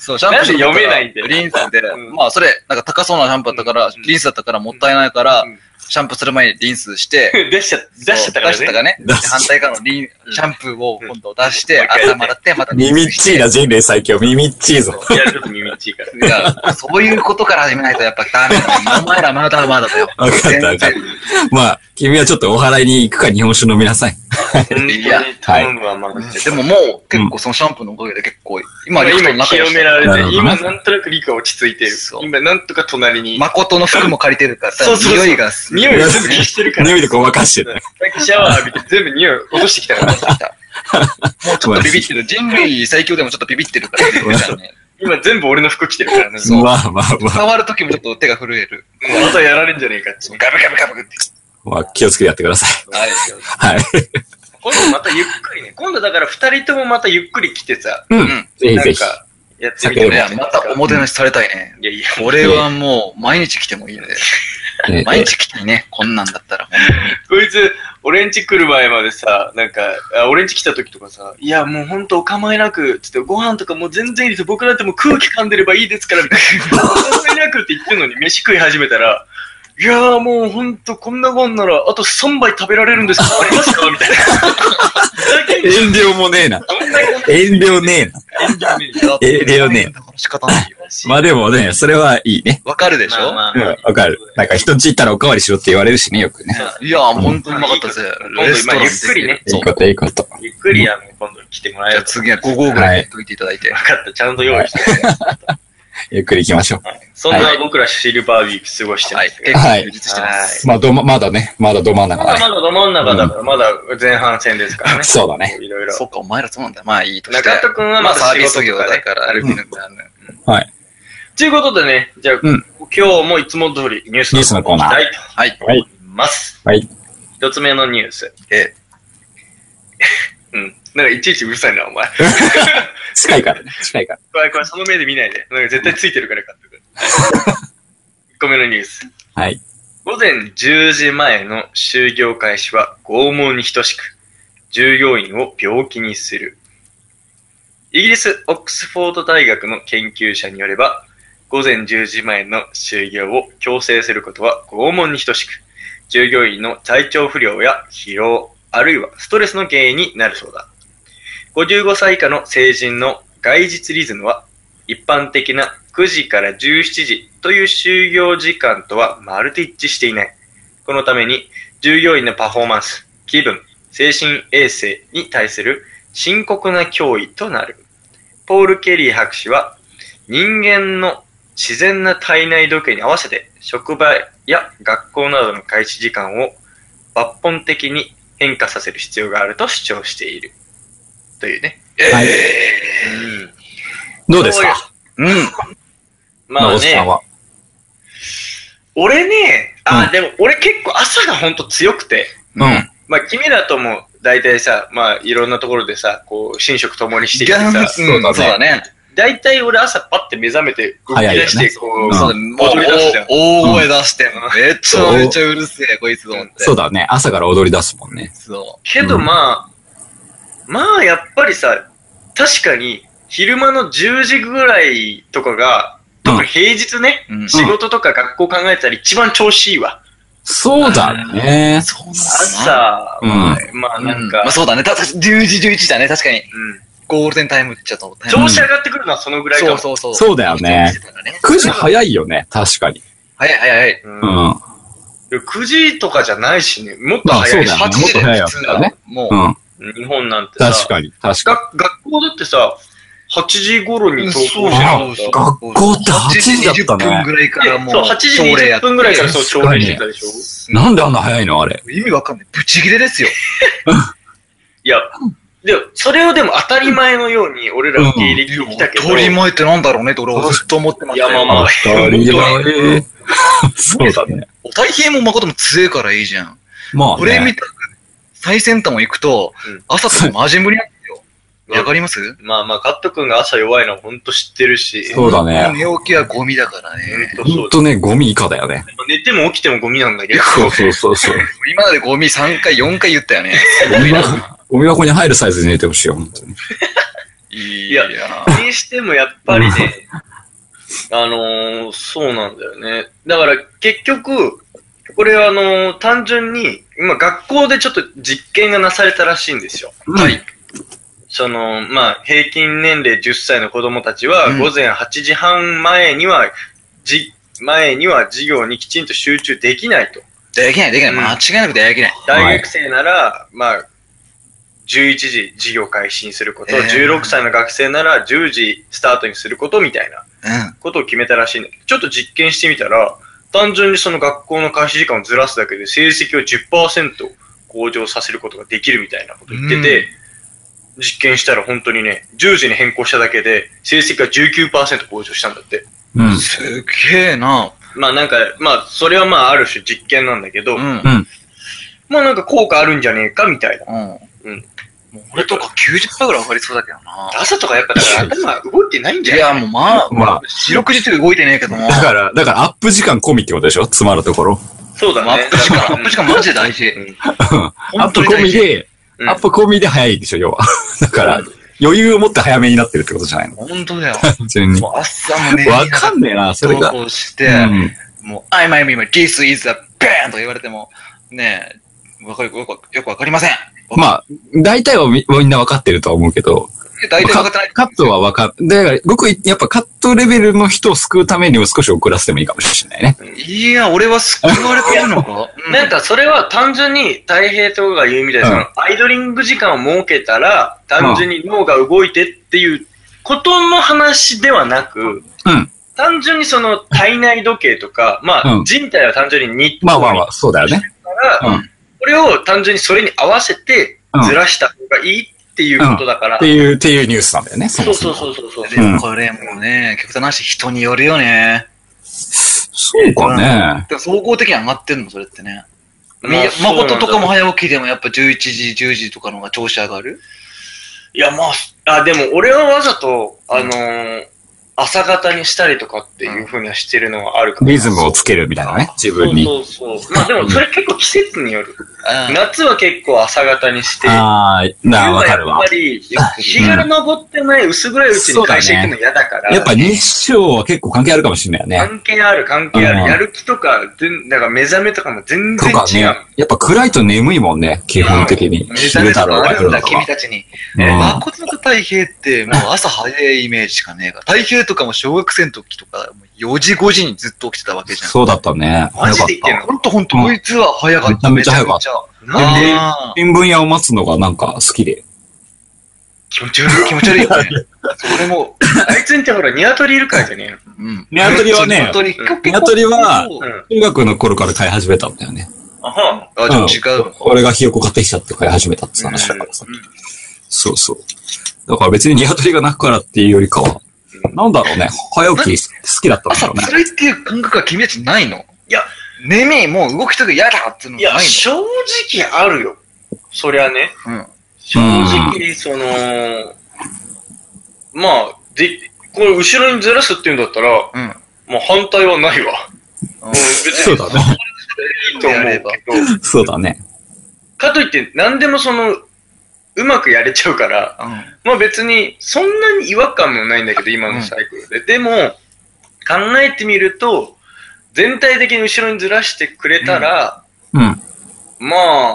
そう、シャンプーだと思ったら
なんで読めないんだよ
リンスで、
うん
まあそれ、なんか高そうなシャンプーだったから、
うん
リンスだったからもったいないから、
うん
シャンプーする前にリンスして、
出しちゃ、 出しちゃっ
そ
たか
う
ら
出しちゃったから
ね。
ね。で
出し
反対側のリン、シャンプーを今度出して、
うん
頭洗って、またリ
耳
ン
っ
ス
ちいな、人類最強。耳っちいぞ。
いや、ちょっと耳っちいから。
いや、そういうことから始めないとやっぱダメだ。お前らまだまだ だよ。
わかったわかった。 まあ、君はちょっとお祓いに行くか日本酒飲みな さい。
本当に頼むわ、マジ
で
で。
ももう結構そのシャンプーのおかげで結構、今、リフトの
今、
中
清
に
めら
なる
れ
ほ
て、
どな
今、なんとなくリクは落ち着いてる
そ。う
今、なんとか隣に。
誠の服も借りてるから、多
そうそう
分
そう
匂いがする。
匂いを全部消してるから。
匂いでごまかしてる。
さっきシャワー浴びて全部匂い落としてきたから。
もうちょっとビビってる。人類最強でもちょっとビビってるから、ね。
今全部俺の服着てるからね。
そう
まあまあまあ、
触るときもちょっと手が震える。
もうまたやられんじゃねえかって。
ガブガブガブって。
まあ、気をつけてやってください。
はい。
はい。
今度またゆっくりね。今度だから二人ともまたゆっくり来てさ。
うんん。 ぜひ
なん
ぜひ。
か、やってみて
いや、またおもてなしされたいね。
いやいや、
俺はもう毎日来てもいいので。
ええ
毎日来てね、こんなんだったら。本
こいつ、俺ん家来る前までさ、なんか、あ俺ん家来た時とかさ、いや、もうほんとお構いなく、つって、ご飯とかもう全然いいです。僕なんてもう空気噛んでればいいですから、みたいな。お構いなくって言ってるのに、飯食い始めたら、いやーもうほんとこんなご飯なら、あと3杯食べられるんですけど、ありますかみ たいな。ふざけんな
遠慮もねえな。
どんなご飯
遠慮ねえ な。
なんだよ
当に
ええだよね。
仕方ないよ。
まあでもね、それはいいね。
わかるでし
まあ
ょ
まあ
うん、
まあ
わかる。なんか人んち行ったらおかわりしろって言われるしね、よくね。
いや、本当にうまかったぜ。
まあ
レストランです
ゆっくりね
い
そう
いこと、いいこと。
ゆっくり、あの、今度来てもらえ
じゃ
る
あ
と。
次は5号ぐらいにといていただいて。
分かった、ちゃんと用意して。
ゆっくり行きましょう。
そんな僕らシルバーウィーク過ごしてま
はい。
すけど
結構充実してます。
まあ、どま、まだね、まだど真ん中
ま
だ
だま
ね。
だど真ん中だから、まだ前半戦ですから ね。
そうだね。
いろいろ。
そっか、お前らそうなんだ。まあいいとして。
中戸くんは
ま
ま
あ
だ
サービス
仕
業
事とかね
だから、歩きながらね。
はい。
ということでね、じゃあ、
うん
今日もいつも通りニュース
ニュースのコーナー
行きたいと
はい。
はい。
思います。
はい。
一つ目のニュース。
え
うん。なんかいちいちうるさいな、お前。
近いからね。 近いから。
これ、これその目で見ないで。なんか絶対ついてるから買ってくる。1個目のニュース。
はい。
午前10時前の就業開始は拷問に等しく、従業員を病気にする。イギリス・オックスフォード大学の研究者によれば、午前10時前の就業を強制することは拷問に等しく、従業員の体調不良や疲労、あるいはストレスの原因になるそうだ。55歳以下の成人の外日リズムは一般的な9時から17時という就業時間とはまるで一致していない。このために、従業員のパフォーマンス、気分、精神衛生に対する深刻な脅威となる。ポール・ケリー博士は、人間の自然な体内時計に合わせて、職場や学校などの開始時間を抜本的に変化させる必要があると主張している。というね。
はい。どうです
そうよ
か
うん。
まあ
おさん
ね、
は。
俺ね、あ、
うん
でも俺結構朝がほんと強くて、
うん。
まあ君らとも大体さ、まあいろんなところでさ、こう、寝食共にしてき
ギ
て
ャンブ
さ
ル、そうだね。
大体俺朝パッて目覚めて動き
早いよ
出
ね
して、こ
ん
う、
そうだね。もう大大声出して、めっちゃ
うん
めっちゃうるせえ、こいつと思って。
そうだね。朝から踊り出すもんね。
そ
けどまあ、まあやっぱりさ、確かに昼間の10時ぐらいとかが、
うん
特に平日ね、
う。うん。
仕事とか学校考えてたら一番調子いいわ。
そうだね。
そうなんだな。
朝、
うん
まあまあなん
う
か
まあ、そうだね。た10時、11時だね。確かに。
うん
ゴールデンタイムっちゃと思った。
調子上がってくるのはそのぐらいか
そう
も。
そうそう。
そうだよね
見てたらね
9時早いよね、確かに。
早い早い。
うん
うん。
9時とかじゃないしね、もっと
まあそ
早
う
いし
だよね
8時で
もっと早い
普
やつ
通
だよ
だ
ね
ね。もう
う、ん。
日本なんてさ。
確かに、確かに。
が学校だってさ、8時頃に登校しなかった。
そう
学校って8時だ
8
った
時20分
ね。
ぐらいからもう、
そう、8時
朝礼や
20
って
分ぐらいからそう、朝礼してたでしょ
なんであんな早いのあれ。
意味わかんない。ブチギレですよ。
いや、でも、それをでも当たり前のように俺ら受け入れてきたけど、
当たり前ってなんだろうねって俺はずっと思ってましたよ。
いやまあまあ
当たり前。 そうだね。
お大平も誠も強いからいいじゃん。
まあ
これ
ね
見。たく最先端を行くと
うん、
朝とかマジ無理なんですよ。
うん
わかります
まあまあ、カット君が朝弱いのはほんと知ってるし、
そうだね。
寝起きはゴミだからね。
ほんとそ
ほん
うだ
とね、ゴミ以下だよね。
寝ても起きてもゴミなんだけど、
そうそうそうそう。
今までゴミ3回、4回言ったよね。
ゴミ箱ゴミ箱に入るサイズで寝てほしいよ、本当に。
い
いや
や
にしてもやっぱりね、あのー、そうなんだよね。だから結局、これはあのー、単純に、今学校でちょっと実験がなされたらしいんですよ。
はい。
その、まあ、平均年齢10歳の子供たちは、
うん
午前8時半前には、じ、前には授業にきちんと集中できないと。
できない、できない。間違いなくできない。
大学生なら、まあ、11時授業開始にすること、
ええ
16歳の学生なら10時スタートにすることみたいな
うん。
ことを決めたらしいんだけど、ちょっと実験してみたら、単純にその学校の開始時間をずらすだけで成績を10%向上させることができるみたいなこと言ってて、実験したら本当にね、10時に変更しただけで成績が19%向上したんだって。
うん。うん。
すっげえな。
まあなんか、まあそれはまあある種実験なんだけど、
うん。
まあなんか効果あるんじゃねえかみたいな。
う
うん
ん。もう俺とか90%ぐらい上がりそうだけどな。
朝とかやっぱだから頭動いてないん
い
じゃない
や、もうまあ、
まあ、
四六時中動いてねえけども。
だから、だからアップ時間込みってことでしょつまるところ。
そうだ
ア
ね。
ップ時間、アップ時間マジで大事。
アップ込みで、
うん
アップ込みで早いでしょ、要は。 だから、余裕を持って早めになってるってことじゃないの
本当だよ。
完全に。
も
わ
う朝もね、
かんねえな、それ
投
が。
稿し
う
て、
ん。
もう、I'm, I'm, I'm, this is a band! と言われても、ねえ、わかる、よくわ、よくわかりません。
まあ、大体はみみんな分かってるとは思うけど、
大体わかってない。
カットは分かっ、だから、ごく、やっぱカットレベルの人を救うためにも少し遅らせてもいいかもしれないね。
いや、俺は救われてるのか
なんかそれは単純に太平とかが言うみたいな、
うん
そのアイドリング時間を設けたら、単純に脳が動いてっていうことの話ではなく、
うん。
単純にその体内時計とか、
う
まあ
ん
人体は単純に日
まあまあ
光
まあ、そうだよね。
だから、
う
これを単純にそれに合わせて
うん
ずらした方がいいっていうことだから、
っていう、っていうニュースなんだよね、そ
そ
もそ
うそ
も
うそうそうそう。
でもこれもね、極端な話、人によるよね。
そうかね。
でも総合的に上がってんの、それってね。み
まあ
誠とかも
そうなんだ
早起きでもやっぱ11時、10時とかの方が調子上がる
いや、まあ、あ、でも俺はわざと、あのー朝方にしたりとかっていうふうにはしてるのはあるから。
リズムをつけるみたいなね、自分に。
そうそうそう。まあでもそれ結構季節による。
うん
夏は結構朝方にして、
ああ、な、
冬
わ
は
か
や
るわ
っぱ。り日が昇ってない薄暗いうちに会社行くの嫌だから、
やっぱ日照は結構関係あるかもしれないよね。
関係ある関係ある。
うん
やる気とか、全だから目覚めとかも全
と
然違
かね
う。、
やっぱ暗いと眠いもんね、基本的に。
目覚めとかあるんだ、
昼
君たちに。
うん
誠と太平って、もう朝早いイメージしかねえから。太平とかも小学生の時とか、もう4時5時にずっと起きてたわけじゃん。
そうだったね。
マジで言ってんの
ほんとほんと、こいつは早かった。。
めちゃめちゃ早かった
なんで
あー
新聞屋を待つのがなんか好きで。
気持ち悪い、気持ち悪いよ ね。それも、
あいつんってほら、ニワトリいるからじゃねえの。
うん。
ニワトリはね
ニワトリ、ピコピコ
ニワトリは
うん。
中学の頃から飼い始めたんだよね。
あは
あ、じゃあ違うの。
俺がひよこ買ってきたって飼い始めたって話だからさ。そうそう。だから別にニワトリが鳴くからっていうよりかは、なんだろうね、早起き好きだったんだ
朝
ろうね。
辛いっていう感覚は君たちないの
いや、
眠い、もう動きとか嫌だっていうの
い
が
や、
ない
正直あるよ。そりゃね。
のうん。
正直、その、まあ、で、これ後ろにずらすっていうんだったら、
うん。
まあ反対はないわ。
うん
うん、別に
そうだね。
いいと思うけど。
そうだね。
かといって、何でもその、うまくやれちゃうから、
うん
まあ別に、そんなに違和感もないんだけど、今のサイクルで。でも、考えてみると、全体的に後ろにずらしてくれたら、
うん。
まあ、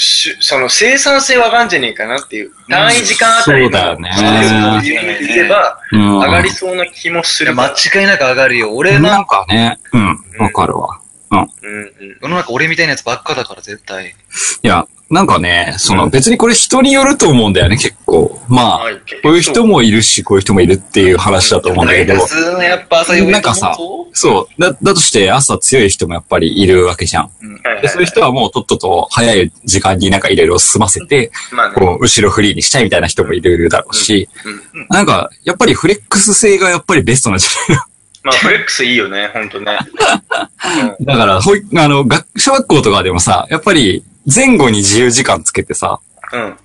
しその生産性は上がんじゃねえかなっていう。単位時間あたりの
そうだね
作業を入れていけば、
うん。
上がりそうな気もす
いや
るか
間
ら。
違いなく上がるよ。俺
な
なんん
か
か、
ね、うん、わかるわ。
うんうん。
世の中俺みたいなやつばっかだから絶対。
いや、なんかね、その別にこれ人によると思うんだよね、結構。まあ、
はい
こういう人もいるし、こういう人もいるっていう話だと思うんだけど
普。通のやっぱ朝弱い
なんかさ
そう
そう。だ、だとして朝強い人もやっぱりいるわけじゃん。
うん
はいはい
でそういう人はもうとっとと早い時間になんかいろいろ済ませて、
まあね
こう、後ろフリーにしたいみたいな人もいるだろうし、
うん
なんか、やっぱりフレックス性がやっぱりベストなんじゃない
まあ、フレックスいいよね、ほんとね。
のだから、ほい、あの、学、小学校とかでもさ、やっぱり前後に自由時間つけてさ、
うん。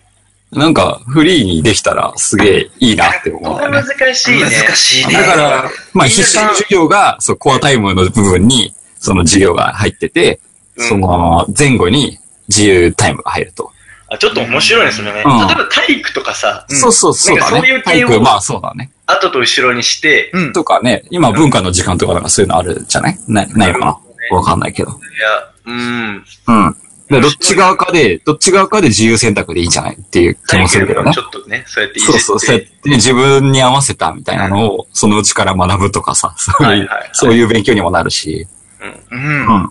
なんかフリーにできたらすげえいいなって思うんだよね。
難しいね。
難しいね。
だから、まあ、
みん
必
な
修の授業が、そう、コアタイムの部分に、その授業が入ってて、
うん
その前後に自由タイムが入ると。
あ、ちょっと面白いね、それね。例え
うん
ば体育とかさ、
そうそう、そうだ
なんかそうい
ね
う。
体
系を
育、まあそうだね。
後と後ろにして、
うん。
とかね、今文化の時間とかなんかそういうのあるじゃないない、ないのかなわかんないけど。
いや、うん。
うん。でどっち側かで、どっち側かで自由選択でいいんじゃないっていう気
体
もするけ
育
ど
も
ね
ち。ょっとね、そうやっていじって。
そうそう、そうやって自分に合わせたみたいなのを、そのうちから学ぶとかさ、そうい
は
う
いはいはい、
そういう勉強にもなるし、
うん。
うん。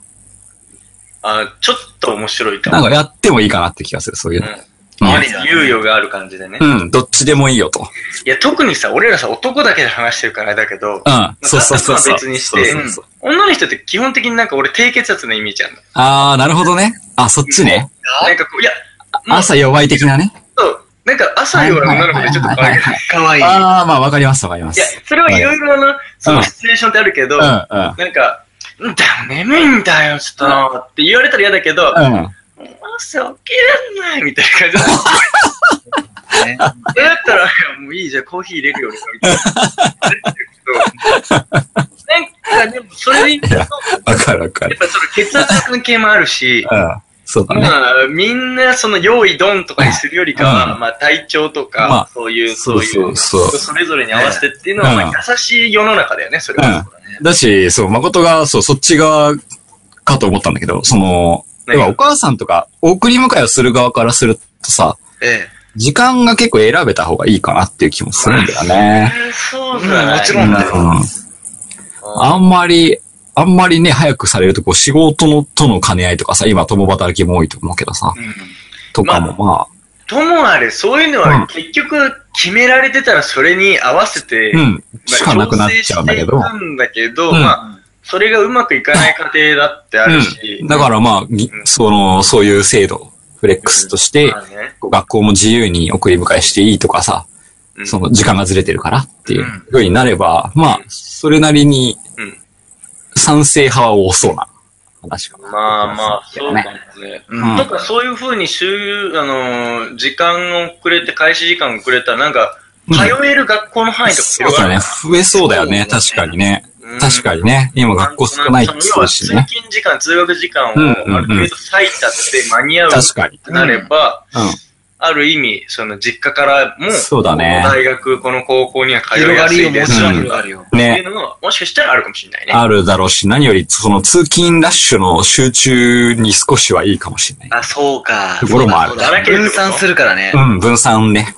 あ、ちょっと面白いか
なん
も。
かやってもいいかなって気がする、そういうの。うん
ありだね猶予がある感じでね。
うん、どっちでもいいよと。
いや、特にさ、俺らさ、男だけで話してるからあれだけど
う、 ん、そうそうそうそう。
まあ別にして
そうそうそう
女の人って基本的になんか俺低血圧のイメージあるの。
あー、なるほどね。あ、そっちね。
なんかこう、いや、うん
朝弱い的なね。
そう、なんか朝より女の子でちょっと可愛い。い
かわいい。
あー、まあわかりますわかりま
や
す。、
それはいろいろな、そのシチュエーションってあるけど、
うん、う、
なん
うん。
か、んだよ、眠いんだよ、ちょっと、って言われたら嫌だけど、朝起きれないみたいな感じだ った。
ね
それだったら、いやもういいじゃん、コーヒー入れるよ、俺みたい な。なんか、でも、それで言うと、やっ
わかるわかる。
ぱその血圧の関係もあるし、
うん、そうだね。
まあ、みんなその用意ドンとかにするよりかは、
うん
まあ体調とか、
まあ
そういう、
そうそう
そういう、
そう
人それぞれに合わせてっていうのは、
ね
まあ、優しい世の中だよね、それは。
だし、そう、誠が、そう、そっち側かと思ったんだけど、その、
何
要はお母さんとか、送り迎えをする側からするとさ、
ええ。
時間が結構選べた方がいいかなっていう気もするんだよね。
えーそう
だね
だ、
もちろんだよ
うんあんまり、あんまりね、早くされると、こう、仕事のとの兼ね合いとかさ、今、共働きも多いと思うけどさ、とかも、まあ、
ともあれ、そういうの
うん
は結局決められてたらそれに合わせて、
う
ま
ん、
あ
しかなくなっちゃうんだけど
調整、していくんだけど、
うん
まあ、それがうまくいかない過程だってあるし、
うん。だからまあ、ぎ
うん
その、そういう制度、フレックスとして
ま、あね
こう学校も自由に送り迎えしていいとかさ、
うん
その、時間がずれてるからっていう
うん
ふうになれば、まあ、それなりに
うん、
賛成派は多そうな話かな。
まあまあ、そうだね。
うん
なんかそういうふうに週、あのー時間を遅れて、開始時間遅れたら、なんか、
うん
通える学校の範囲とか
そうだね。増えそうだよね。確かにね。
うん
確かにね。今学校少ないって言う
要は
し
通
ね。
勤時間、通学時間をあ
うんうんうん
る程度割いたって間に合う
確かに。
となれば、
う
ある意味、その実家からも、
そうだね
大学、この高校には通い
広が
やす
りよ、
い
も
です
ちろん
っ
広がりよ。
ん。
てい
ね。
うのは、もしかしたらあるかもしれないね。
あるだろうし、何より、その通勤ラッシュの集中に少しはいいかもしれない。
あ、そうか
ところもある
そうだ分散するからね。
うん、分散ね。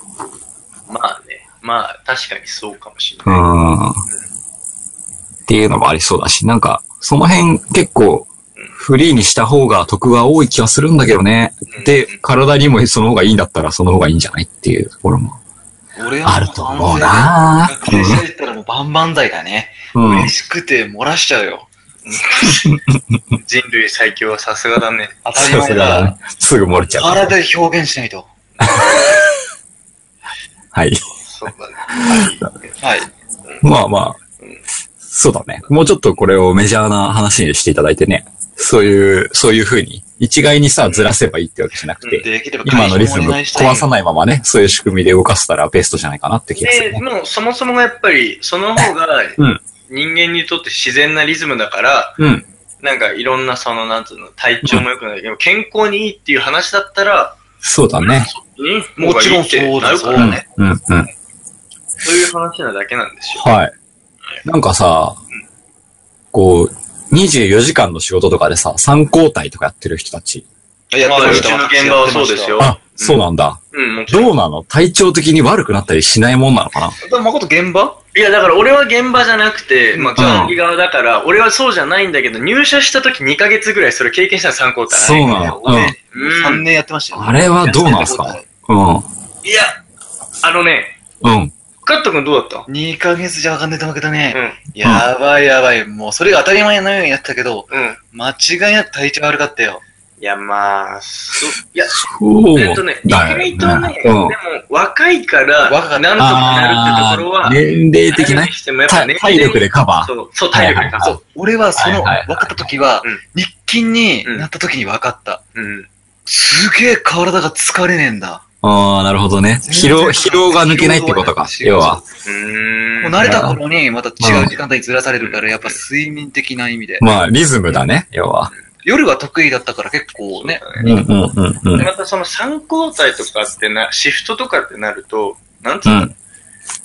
まあね。まあ、確かにそうかもしれ
う
ない。
ん。っていうのもありそうだし、なんか、その辺結構、フリーにした方が得が多い気はするんだけどね。で、体にもその方がいいんだったらその方がいいんじゃないっていうところも
俺は
あると思う。な
学生時代だったらもう万々歳だね。
うん。
嬉しくて漏らしちゃうよ。
人類最強はさすがだね。
当たり
さす
前
が
だ。
だ。すぐ漏れちゃう。
体で表現しないと。
はい。
そうだね。
はい。
まあまあ、そうだね。もうちょっとこれをメジャーな話にしていただいてね。そういう、そういうふうに、一概にさ、ずらせばいいってわけじゃなくて、
できれば
今のリズム
お願いしたい
壊さないままね、そういう仕組みで動かせたらベストじゃないかなって気がする
で、
ね。
もうそもそもがやっぱり、その方が
うん、
人間にとって自然なリズムだから、
うん。
なんかいろんなその、なんつうの、体調も良くない。でも健康にいいっていう話だったら、
そうだね。
うん
もちろんそうだ
なるか
う
ら
ん
ね。、
うん、うん。
そういう話なだけなんですよ。
はい。なんかさ、こう、24時間の仕事とかでさ、3交代とかやってる人たち
や
まあ、
ま
う
し
ち
た
の現場はそうですよ。
あ、そうなんだ。
うん、もちろん。
どうなの体調的に悪くなったりしないもんなのかな
だから誠現場
いや、だから俺は現場じゃなくて、まあ、
うん
管理側だから、俺はそうじゃないんだけど、入社した時2ヶ月ぐらいそれ経験したら参考だね。
そうなの。うん。
うん
3年やってましたよ。
あれはどうなんすかう
いや、あのね、
ん。うん。
カット君どうだっ
2ヶ月じゃ分かんないと思うけど
た
ね。
ん。
やばいやばい。もうそれが当たり前のようにやってたけど、
うん。
間違いなく体調悪かったよ。
いや、まあ、そう、いや、
そうだ
えっとね、意外とね、でも若いから、なん
若か
とか
った
なるってところ
あ
は、
ー年齢的な
何にしてもやっぱ
体
ね
体力でカバー。
そう、そう、体力
はい
で
はい
そ
は
う。
俺はその、
はいはいはい
分かった時は
うん、
日勤に
うん
なった時に分かった。
うん。
すげえ体が疲れねえんだ。
ああ、なるほどね。疲労、疲労が抜けないってことか。要は。。
う
も
ー。
うん慣れた頃にまた違う時間帯にずらされるから、やっぱ睡眠的な意味で。
まあ、リズムだね。要は。
夜が得意だったから結構ね。
うんうんうんうん。
またその3交代とかってな、シフトとかってなると、なんつう
う
の、
ん。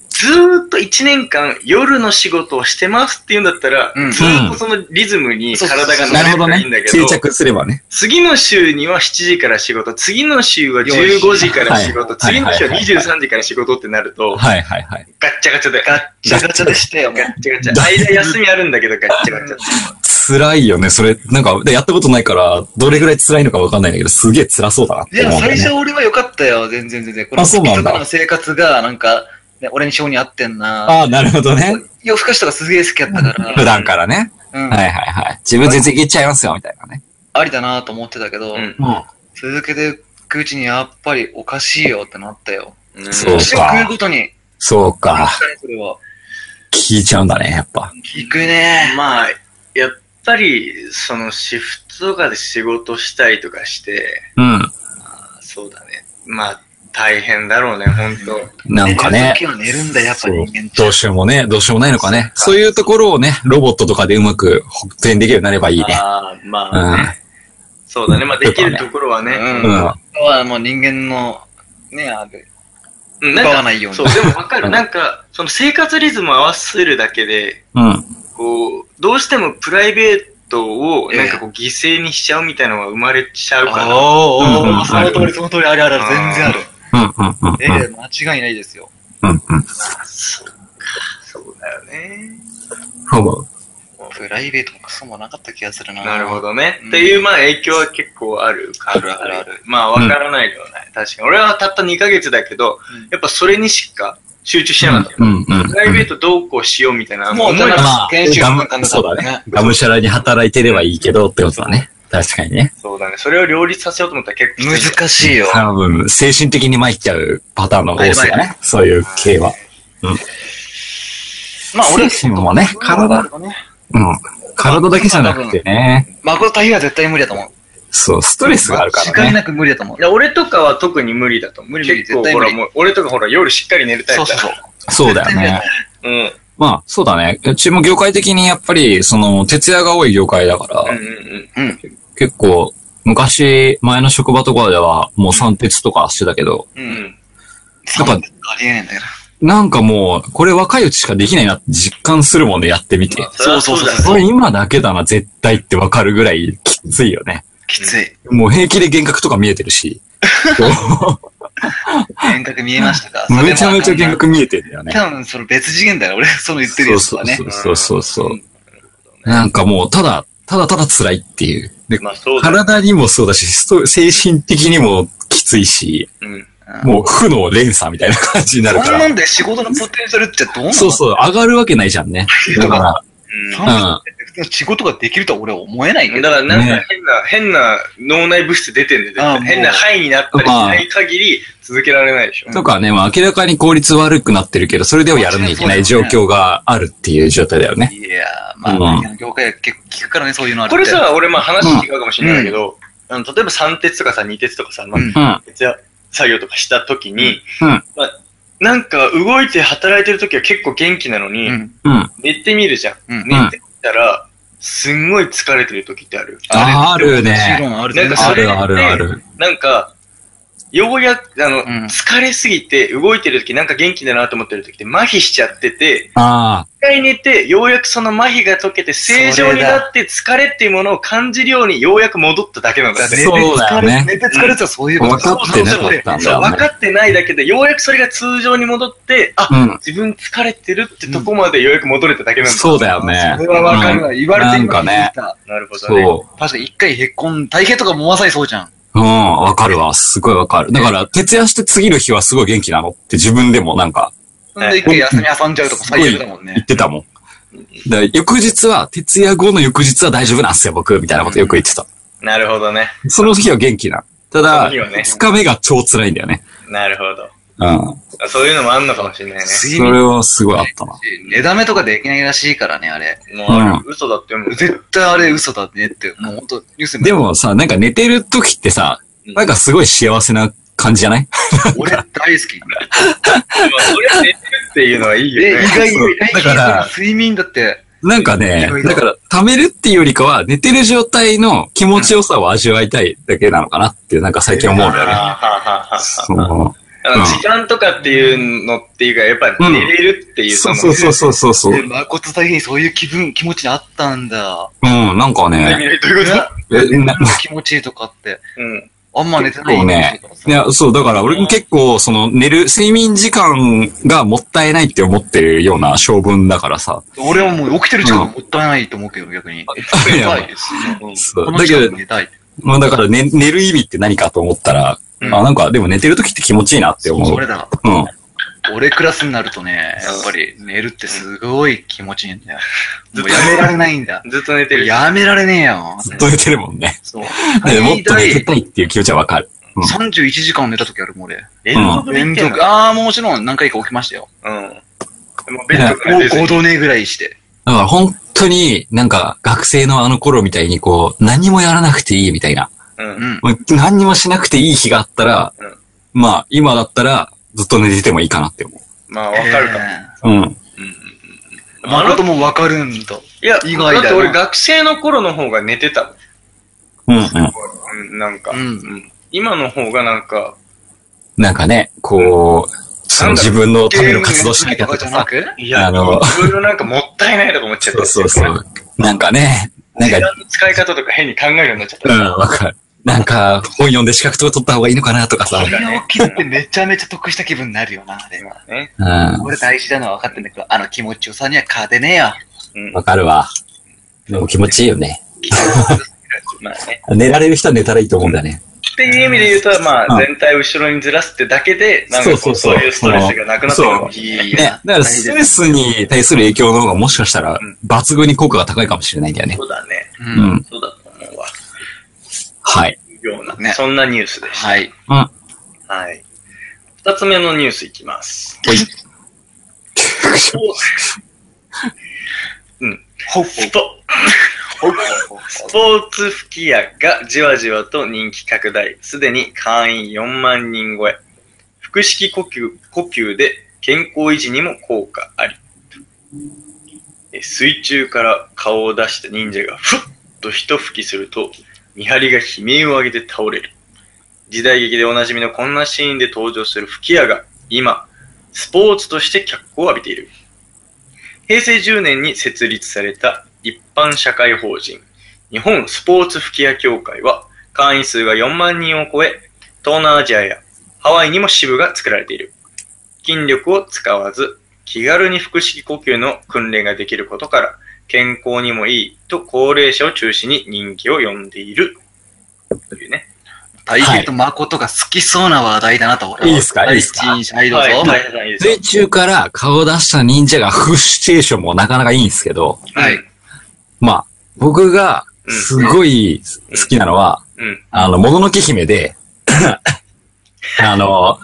ずーっと1年間夜の仕事をしてますって言うんだったら、
うん
ずーっとそのリズムに体が
なるほど
慣れ
ね
ていいんだ。け
定
ど、
着すればね。
次の週には7時から仕事、次の週は15時から仕事、
はい
次の週は
はい
23時から仕事ってなると、
はいはいはい。
ガッチャガチャで、ガッ
ガチャガチャでしてよ、もう
ガッチャガチャ。間休みあるんだけど、ガッチャガチャ。
辛いよね。それ、なんか、でやったことないから、どれぐらい辛いのかわかんないんだけど、すげえ辛そうだなっ
い
て
や、
思うんだよ
最
ね。
初俺は良かったよ、全然全然。この
あそうなんだ
の生活が、なんか、ね、俺に性に合ってんな。
ああ、なるほどね。
夜更かしとかすげえ好きやったから、
普段からね。
うん、
はいはいはい。自分全然いけちゃいますよ、みたいなね。
ありだなと思ってたけど、
うん
続けていくうちにやっぱりおかしいよってなったよ。
うん
そう
年を食うごとに、
そうか。
それは。
聞いちゃうんだね、やっぱ。
聞くね
まあ、やっぱり、そのシフトとかで仕事したりとかして、
うん。
あそうだね。まあ、大変だろうね、ほんと。
なんかね
寝。る時は寝るんだ、やっぱり人間って
どうしようもね、どうしようもないのかね。そういうところをね、ロボットとかでうまく補填できるようになればいいね。
ああ、ま
うん。
あ、ね、そうだね。まあ、できるところはね。
うん。
うん。
人はもう人間の、ね、あれ、
うん、なん
奪わ
か、
ないように。
そう、でもわか
う
る。
ん
なんか、その生活リズムを合わせるだけで、
うん。
こう、どうしてもプライベートを、なんかこう、犠牲にしちゃうみたいなのが生まれちゃうから。
おー
うんうん
おーその通り、その通り、あるあるある、全然ある。
うん。うん。うん。
ええ間違いないですよ。
うん。うん。
そうか、そうだよね。
そう
プライベートもクソもなかった気がするな。
なるほ
ど。
どね。
うん
っていう、まあ、影響は結構あるか
ある
ら。
あるある
まあ、わからないではない。確かに。俺はたった2ヶ月だけど
うん、
やっぱそれにしか集中して
うん
なかったよ。。
うん。うん。
プライベートどうこうしようみたいな。
もう
思えなかった
まあ、がむ、そうだね。がむしゃらに働いてればいいけどってことだね。確かにね。
そうだね。それを両立させようと思ったら結構きついよ
難しいよ。
多分、精神的に参っちゃうパターンの多さだね。そういう系は。
まあ俺、
精神もね、体、うん。体だけじゃなくてね。
誠大は絶対無理だと思う。
そう、ストレスがあるから
間違い
ね。
なく無理だと思う
い。や、俺とかは特に無理だと思う。
無理無理
結構、
絶対
ほ
無理
ら、もう、俺とかほら、夜しっかり寝るタイ
そう
プ
そう
だ
そう。
そうだよね。
うん。
まあ、そうだね。うちも業界的にやっぱり、その、徹夜が多い業界だから、
うんうん
結構、昔、前の職場とかでは、もう三徹とかしてたけど、
う
うん。うん。
やっぱ
ありえないんだから。
なんかもう、これ若いうちしかできないなって実感するもんでやってみて。
そうそうそう
これ今だけだな、絶対ってわかるぐらいきついよね。
きつい。
もう平気で幻覚とか見えてるし、
幻覚見えましたか
めちゃめちゃ幻覚見えてるよね。
多分、その別次元だよ。俺、その言ってる
そう
やつは
そう
ね。
そうそうそう。なんかもう、ただ、ただただ辛いっていう。で
まあ、そうだね。
体にもそうだし、スト精神的にもきついし、
うん。
うん
もう負の連鎖みたいな感じになるか
こんなん
ら。
で仕事のポテンシャルってどうなの
そうそう、上がるわけないじゃんね。だか
そん
ら、う。
なん普通の仕事ができるとは俺は思えないけ
だ
ど。
からなん
ね
か変な、変な脳内物質出てんで、絶
ああ
対
もう
変な範囲になったりしない限り続けられないでしょ。
とかね、まあ明らかに効率悪くなってるけど、それではやらなきゃいけない状況があるっていう状態だよね。
いやー、まあ、
うん
業界は結構聞くからね、そういうのあるっ
こ
て
れ、さ、俺まあ話違うかもしれないけど、あの例えば3鉄とかさ、2鉄とかさ、まあ
うん
うん。
徹夜作業とかした時に、
うん。
なんか動いて働いてる時は結構元気なのに、
うん。
うん。
寝てみるじゃん。
うん。
寝てみたら、すんごい疲れてる時ってある。
ある
もち
ね。
ろんある
なん
全
か
然
あるあるある。
なんか、ようやく、あの、
ん
疲れすぎて、動いてる時、なんか元気だなと思ってる時って、麻痺しちゃってて、
あ
一回寝て、ようやくその麻痺が解けて、正常になって、疲れっていうものを感じるように、ようやく戻っただけなんだ
あ、
よね。
そうだよね。
寝て疲れてたらそういうこと
分かってなかったんだ
そう、
よ
分
ね。
かってないだけで、ようやくそれが通常に戻って、あ、
うん。
自分疲れてるってとこまでようやく戻れただけなんだ。
そうだよね
そ。れはわかるわ。言われて
なん
今
か
気づ
ね
いた。
なるほどね。
そ
確かに一回へっこん、大変とかもまさにそうじゃん。
う。うん、わかるわ。すごいわかる。だから、徹夜して次の日はすごい元気なのって自分でもなんか
そんで一回休み挟んじゃうとか
すごい
最悪だもん
言
ね
っ。てたもん。だから翌日は、徹夜後の翌日は大丈夫なんすよ、僕、みたいなことよく言ってた。
なるほどね。
その日は元気な。た
そ
だ、
の日はね
二日目が超辛いんだよね。
なるほど。
うん。
あそういうのもあんのかもしれないね。
それはすごいあったな。
寝だめとかできないらしいからね、あれ。
もうあれ、嘘だってもう。
絶対あれ嘘だねって、もうほんと、ニュース
でもさ、なんか寝てる時ってさ、なんかすごい幸せな感じじゃない
俺大好き。
まあそれ寝てるっていうのはいいよ
え、意
ね。
外に
そう、だから
睡眠だって、
なんかね
いろい、ろ
だから、溜めるっていうよりかは、寝てる状態の気持ちよさを味わいたいだけなのかなって、なんか最近思うんだよね。
あーはあはあはあ
そう
あの時間とかっていうのっていうか、やっぱ寝れるっていう、
そうそう そうそうそうそう。う
え
ん、
誠大変そういう気分、気持ちにあったんだ。
なんか
何
ね、
々どういうこ
えな
気持ちいいとかって。
とうん。
あんま寝て
結
ない
構ね、いや、そう、だから俺も結構、その、寝る、睡眠時間がもったいないって思ってるような性分だからさ。
俺はもう起きてる時間もったいないと思うけど、逆に。
いや
寝たいです。
そう
この時間も寝たい。
まあだから、ね、寝る意味って何かと思ったら、
うん
あ、なんか、でも寝てる時って気持ちいいなって思う。
それだ。
うん。
俺クラスになるとね、やっぱり寝るってすごい気持ちいいんだよ。もうやめられないんだ。
ずっと寝てる。
やめられねえよ。
ずっと寝てるも んね。
そう。
でもっと寝て
最
た
大
いっていう気持ちはわかる。
31時間寝た時あるもん、俺。
連続で
連
寝てる
続。ああ、もちろん何回か起きましたよ。
うん。もうベッドから出ず
5
に。
度寝ぐらいして。
だから本当になんか学生のあの頃みたいにこう、何もやらなくていいみたいな。
う。
うんん。
もう何にもしなくていい日があったら、
うん
まあ今だったらずっと寝ててもいいかなって思
まあ、わかるかも。
う。うん。
えー。誠もわかるんだ。
いや、
意外だな
だって俺学生の頃の方が寝てた。
うんうん。
うん、なんか
う。ん。
今の方がなんか、
なんかね、こう、その自分のための活動しなきゃとかさ。
く
いや、
あ
い
の
ろいろなんかもったいないとか思っちゃっ
そ
て。
うそうそう。なんかね、なん
時
か、
間の使い方とか変に考えるようになっちゃっ
う
た。
ん、わかる。なんか、本読んで資格とか取った方がいいのかなとかさ。
早起きってめちゃめちゃ得した気分になるよな、あれ。
まあね。
うん。
俺大事なのは分かってんだけど、あの気持ちよさには勝てねえよ。
うん。
わかるわ。でも気持ちいいよね。
まあね。
寝られる人は寝たらいいと思うんだね。
っていう意味で言うと、ま
う
あ、
ん
全体を後ろにずらすってだけで、なんか
そ
こ
うそうそ
うそうういうストレスがなくなってくるかもし
いい
ね。だからストレスに対する影響の方がもしかしたら
ん
抜群に効果が高いかもしれないんだよね
れ。ない。そうだね。
う。
うんん。
そうだと思うわ。
はい。
ような、
ね
そんなニュースでした。
はい。
うん。
はい。二つ目のニュースいきます。
ほい。
ほっ
スポスポーツ吹き矢がじわじわと人気拡大。すでに会員4万人超え。腹式呼吸呼吸で健康維持にも効果あり。え水中から顔を出した忍者がふっと一吹きすると、見張りが悲鳴を上げて倒れる。時代劇でおなじみのこんなシーンで登場する吹き矢が今、スポーツとして脚光を浴びている。平成10年に設立された一般社会法人、日本スポーツ吹き矢協会は、会員数が4万人を超え、東南アジアやハワイにも支部が作られている。筋力を使わず、気軽に腹式呼吸の訓練ができることから、健康にもいいと高齢者を中心に人気を呼んでいる。というね。
大変と誠が好きそうな話題だなと、俺は。
いいですか
はい
いですか
一日はい、どうぞ
はい、。大平さんいいです
水中から顔を出した忍者がフシチュエーションもなかなかいいんですけど、
か
はい。
まあ、僕がすごい好きなのは、
うん。
あの、もののけ姫で、 あの、